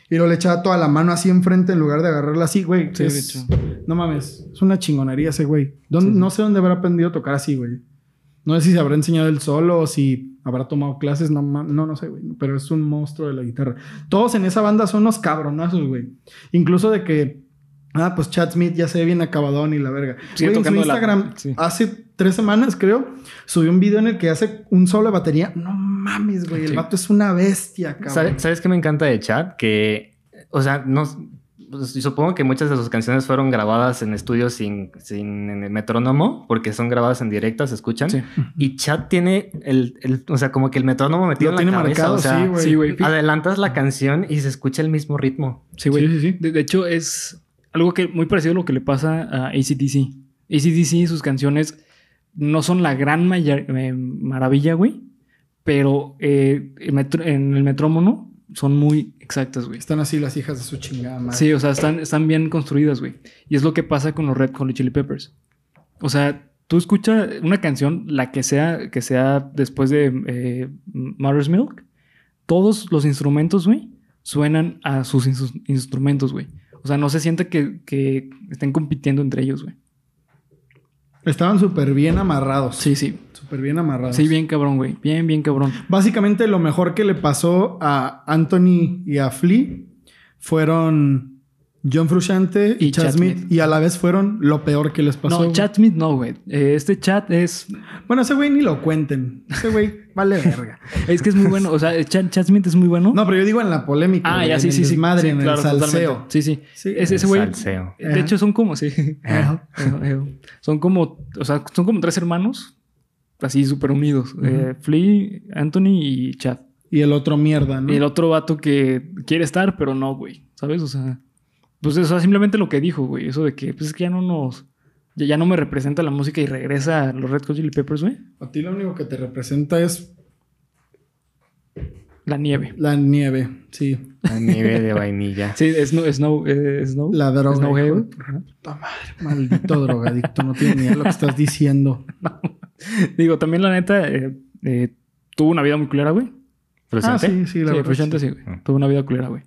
Speaker 1: Y lo le echaba toda la mano así enfrente en lugar de agarrarla así, güey.
Speaker 2: Sí, de
Speaker 1: Es-
Speaker 2: hecho.
Speaker 1: No mames. Es una chingonería ese güey. ¿Dónde-
Speaker 2: Sí, sí.
Speaker 1: No sé dónde habrá aprendido a tocar así, güey. No sé si se habrá enseñado él solo o si habrá tomado clases. No, ma- no, no sé, güey. Pero es un monstruo de la guitarra. Todos en esa banda son unos cabronazos, güey. Incluso de que... Ah, pues Chad Smith ya se ve bien acabadón y la verga. Güey,
Speaker 2: Sigue
Speaker 1: en su
Speaker 2: tocando la-
Speaker 1: Instagram
Speaker 2: sí.
Speaker 1: hace tres semanas, creo, subió un video en el que hace un solo de batería. No mames, güey. El
Speaker 3: Sí.
Speaker 1: vato es una bestia, cabrón.
Speaker 3: ¿Sabe- ¿Sabes qué me encanta de Chad? Que, o sea, no, pues, y supongo que muchas de sus canciones fueron grabadas en estudios sin, sin en el metrónomo, porque son grabadas en directo, se escuchan.
Speaker 2: Sí.
Speaker 3: Y Chad tiene el, el- o sea, como que el metrónomo metido
Speaker 1: Lo
Speaker 3: en
Speaker 1: tiene
Speaker 3: la cabeza.
Speaker 1: marcado,
Speaker 3: o sea,
Speaker 1: sí, güey.
Speaker 2: Sí, güey.
Speaker 3: adelantas la canción y se escucha el mismo ritmo.
Speaker 2: Sí, güey.
Speaker 1: Sí, sí, sí.
Speaker 2: De, de hecho, es algo que muy parecido a lo que le pasa a ACDC. ACDC, sus canciones no son la gran maya- eh, maravilla, güey. Pero eh, en metro- en el metrómono son muy exactas, güey.
Speaker 1: Están así las hijas de su chingada madre.
Speaker 2: Sí, o sea, están, están bien construidas, güey. Y es lo que pasa con los Red Hot Chili Peppers. O sea, tú escuchas una canción, la que sea, que sea después de eh, Mother's Milk, todos los instrumentos, güey, suenan a sus insu- instrumentos, güey. O sea, no se siente que, que estén compitiendo entre ellos, güey.
Speaker 1: Estaban súper bien amarrados.
Speaker 2: Sí, sí.
Speaker 1: Súper bien amarrados.
Speaker 2: Sí, bien cabrón, güey. Bien, bien cabrón.
Speaker 1: Básicamente lo mejor que le pasó a Anthony y a Flea fueron John Frusciante y,
Speaker 2: Y
Speaker 1: Chad
Speaker 2: Chad
Speaker 1: Smith.
Speaker 2: Smith.
Speaker 1: Y a la vez fueron lo peor que les pasó.
Speaker 2: no,
Speaker 1: güey.
Speaker 2: Chat Smith no, güey. Eh, este chat es
Speaker 1: Bueno, ese güey ni lo cuenten. Ese güey vale verga.
Speaker 2: es que es muy bueno. O sea, Chad, Chad Smith es muy bueno.
Speaker 1: No, pero yo digo en la polémica.
Speaker 2: ah,
Speaker 1: güey,
Speaker 2: ya,
Speaker 1: en
Speaker 2: sí,
Speaker 1: el
Speaker 2: sí, sí.
Speaker 1: desmadre,
Speaker 2: sí,
Speaker 1: en
Speaker 2: claro,
Speaker 1: el salseo.
Speaker 2: totalmente. Sí, sí.
Speaker 1: Sí.
Speaker 2: Ese, ese
Speaker 3: El
Speaker 2: güey.
Speaker 3: salseo.
Speaker 2: De
Speaker 1: Ajá.
Speaker 2: hecho, son como, sí.
Speaker 3: Ajá.
Speaker 2: Ajá, ajá. son como, o sea, son como tres hermanos, así súper unidos. Eh, Flea, Anthony y Chad.
Speaker 1: Y el otro mierda, ¿no?
Speaker 2: Y el otro vato que quiere estar, pero no, güey. ¿Sabes? O sea, pues eso es simplemente lo que dijo, güey. Eso de que, pues es que ya no nos. Ya, ya no me representa la música y regresa a los Red Hot Chili Peppers, güey.
Speaker 1: A ti lo único que te representa es
Speaker 2: La nieve.
Speaker 1: la nieve. Sí.
Speaker 3: A nivel de vainilla.
Speaker 2: Sí, es Snow. Snow, eh, snow
Speaker 1: La droga,
Speaker 2: Snow
Speaker 1: hijo de
Speaker 2: Haven. Ajá.
Speaker 1: Puta madre. Maldito drogadicto. No tiene ni idea de lo que estás diciendo.
Speaker 2: Digo, también la neta, eh, eh, tuvo una vida muy culera, güey.
Speaker 1: Ah,
Speaker 3: ¿Fruciante?
Speaker 1: sí, sí, la
Speaker 2: sí,
Speaker 1: verdad,
Speaker 2: Frusciante
Speaker 1: sí.
Speaker 2: sí, güey.
Speaker 3: Ah.
Speaker 2: Tuvo una vida culera, güey.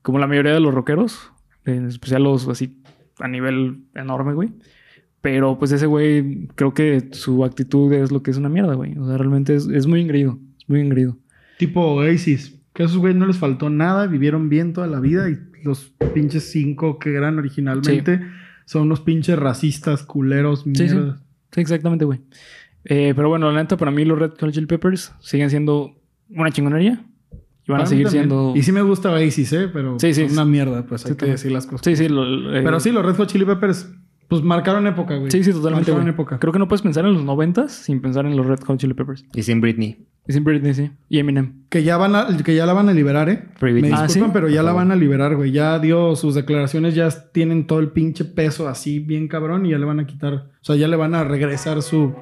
Speaker 2: Como la mayoría de los rockeros, en especial los así a nivel enorme, güey. Pero pues ese güey, creo que su actitud es lo que es una mierda, güey. O sea, realmente es, es muy ingrido. Es muy ingrido.
Speaker 1: Tipo Oasis. Que a esos güeyes no les faltó nada, vivieron bien toda la vida y los pinches cinco que eran originalmente son unos pinches racistas, culeros,
Speaker 2: sí.
Speaker 1: mierdas.
Speaker 2: Sí, exactamente, güey. Eh, pero bueno, la neta, para mí los Red Hot Chili Peppers siguen siendo una chingonería. Y van a
Speaker 1: mí
Speaker 2: seguir
Speaker 1: también.
Speaker 2: siendo...
Speaker 1: Y sí me gusta Oasis, ¿eh? Pero
Speaker 2: Sí, sí,
Speaker 1: son
Speaker 2: sí.
Speaker 1: una mierda, pues hay
Speaker 2: Sí,
Speaker 1: que
Speaker 2: también.
Speaker 1: decir las cosas.
Speaker 2: Sí, sí. lo- eh,
Speaker 1: Pero sí, los Red Hot Chili Peppers, pues marcaron época, güey.
Speaker 2: Sí, sí, totalmente,
Speaker 1: Marcaron
Speaker 2: güey.
Speaker 1: época.
Speaker 2: Creo que no puedes pensar en los noventas sin pensar en los Red Hot Chili Peppers.
Speaker 3: Y sin Britney.
Speaker 2: Y sin Britney, sí. Y Eminem.
Speaker 1: Que ya, van a- que ya la van a liberar, ¿eh?
Speaker 3: Free
Speaker 1: Me
Speaker 3: Britney.
Speaker 1: disculpan,
Speaker 2: Ah, ¿sí?
Speaker 1: pero ya
Speaker 3: Por
Speaker 1: la
Speaker 3: favor.
Speaker 1: van a liberar, güey. Ya dio sus declaraciones, ya tienen todo el pinche peso así, bien cabrón, y ya le van a quitar, o sea, ya le van a regresar su,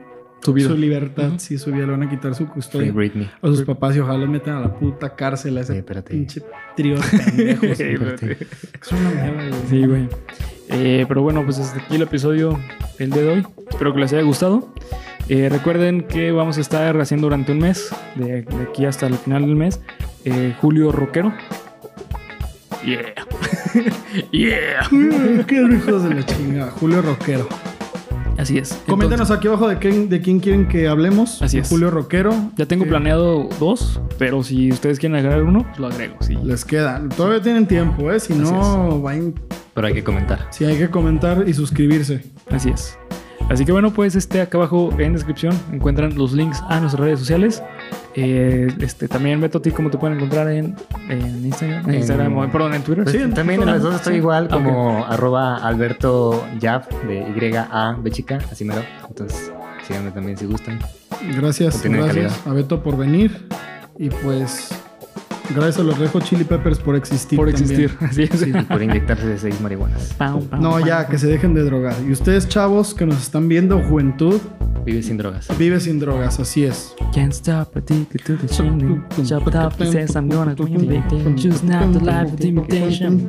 Speaker 2: Su vida.
Speaker 1: su libertad,
Speaker 2: Ujú.
Speaker 1: sí, su vida, le van a quitar su
Speaker 3: Free
Speaker 1: custodia
Speaker 3: Britney.
Speaker 1: a sus papás y ojalá los metan a la puta cárcel a ese
Speaker 3: Sí, espérate.
Speaker 1: pinche trío de pendejos.
Speaker 2: Sí,
Speaker 3: espérate.
Speaker 1: es una mierda, güey.
Speaker 2: Sí, güey. Eh, pero bueno, pues hasta aquí el episodio el día de hoy. Espero que les haya gustado. Eh, recuerden que vamos a estar haciendo durante un mes, de, de aquí hasta el final del mes, eh, Julio Rockero. Yeah. yeah.
Speaker 1: Qué hijos de la chingada. Julio Roquero.
Speaker 2: Así es.
Speaker 1: Coméntenos aquí abajo de quién, de quién quieren que hablemos.
Speaker 2: Así es.
Speaker 1: Julio Roquero.
Speaker 2: Ya tengo
Speaker 1: Eh,
Speaker 2: planeado dos, pero si ustedes quieren agregar uno, pues lo agrego. Sí.
Speaker 1: Les queda. Todavía tienen tiempo, ¿eh? Si
Speaker 2: Así
Speaker 1: no, vayan-
Speaker 3: Pero hay que comentar.
Speaker 1: si hay que comentar y suscribirse.
Speaker 2: Así es. Así que bueno, pues este acá abajo en descripción encuentran los links a nuestras redes sociales. Eh, este también Beto, a ti cómo te pueden encontrar en, en Instagram,
Speaker 1: Eh,
Speaker 2: en
Speaker 3: En-
Speaker 2: Instagram, o- perdón, en Twitter.
Speaker 3: Pues, también en
Speaker 2: todas
Speaker 3: las dos
Speaker 2: las-
Speaker 3: estoy
Speaker 2: sí.
Speaker 3: igual
Speaker 2: Ah, ok.
Speaker 3: como arroba alberto yab de Y A B chica, así mero. Entonces, síganme también si gustan.
Speaker 1: Gracias,
Speaker 3: Continúe
Speaker 1: gracias
Speaker 3: calidad.
Speaker 1: a Beto por venir. Y pues, gracias a los Rejo Chili Peppers por existir.
Speaker 2: por
Speaker 1: también.
Speaker 2: existir. Así es.
Speaker 3: Y por inyectarse de seis marihuanas.
Speaker 2: Pam, pam,
Speaker 1: No,
Speaker 2: pam.
Speaker 1: ya, que se dejen de drogar. Y ustedes, chavos, que nos están viendo, juventud,
Speaker 3: Vive sin drogas.
Speaker 1: vive sin drogas, así es.
Speaker 2: Can't stop addicted to the chimney. Chopped up, it says I'm gonna win it. Choose not to live with temptation.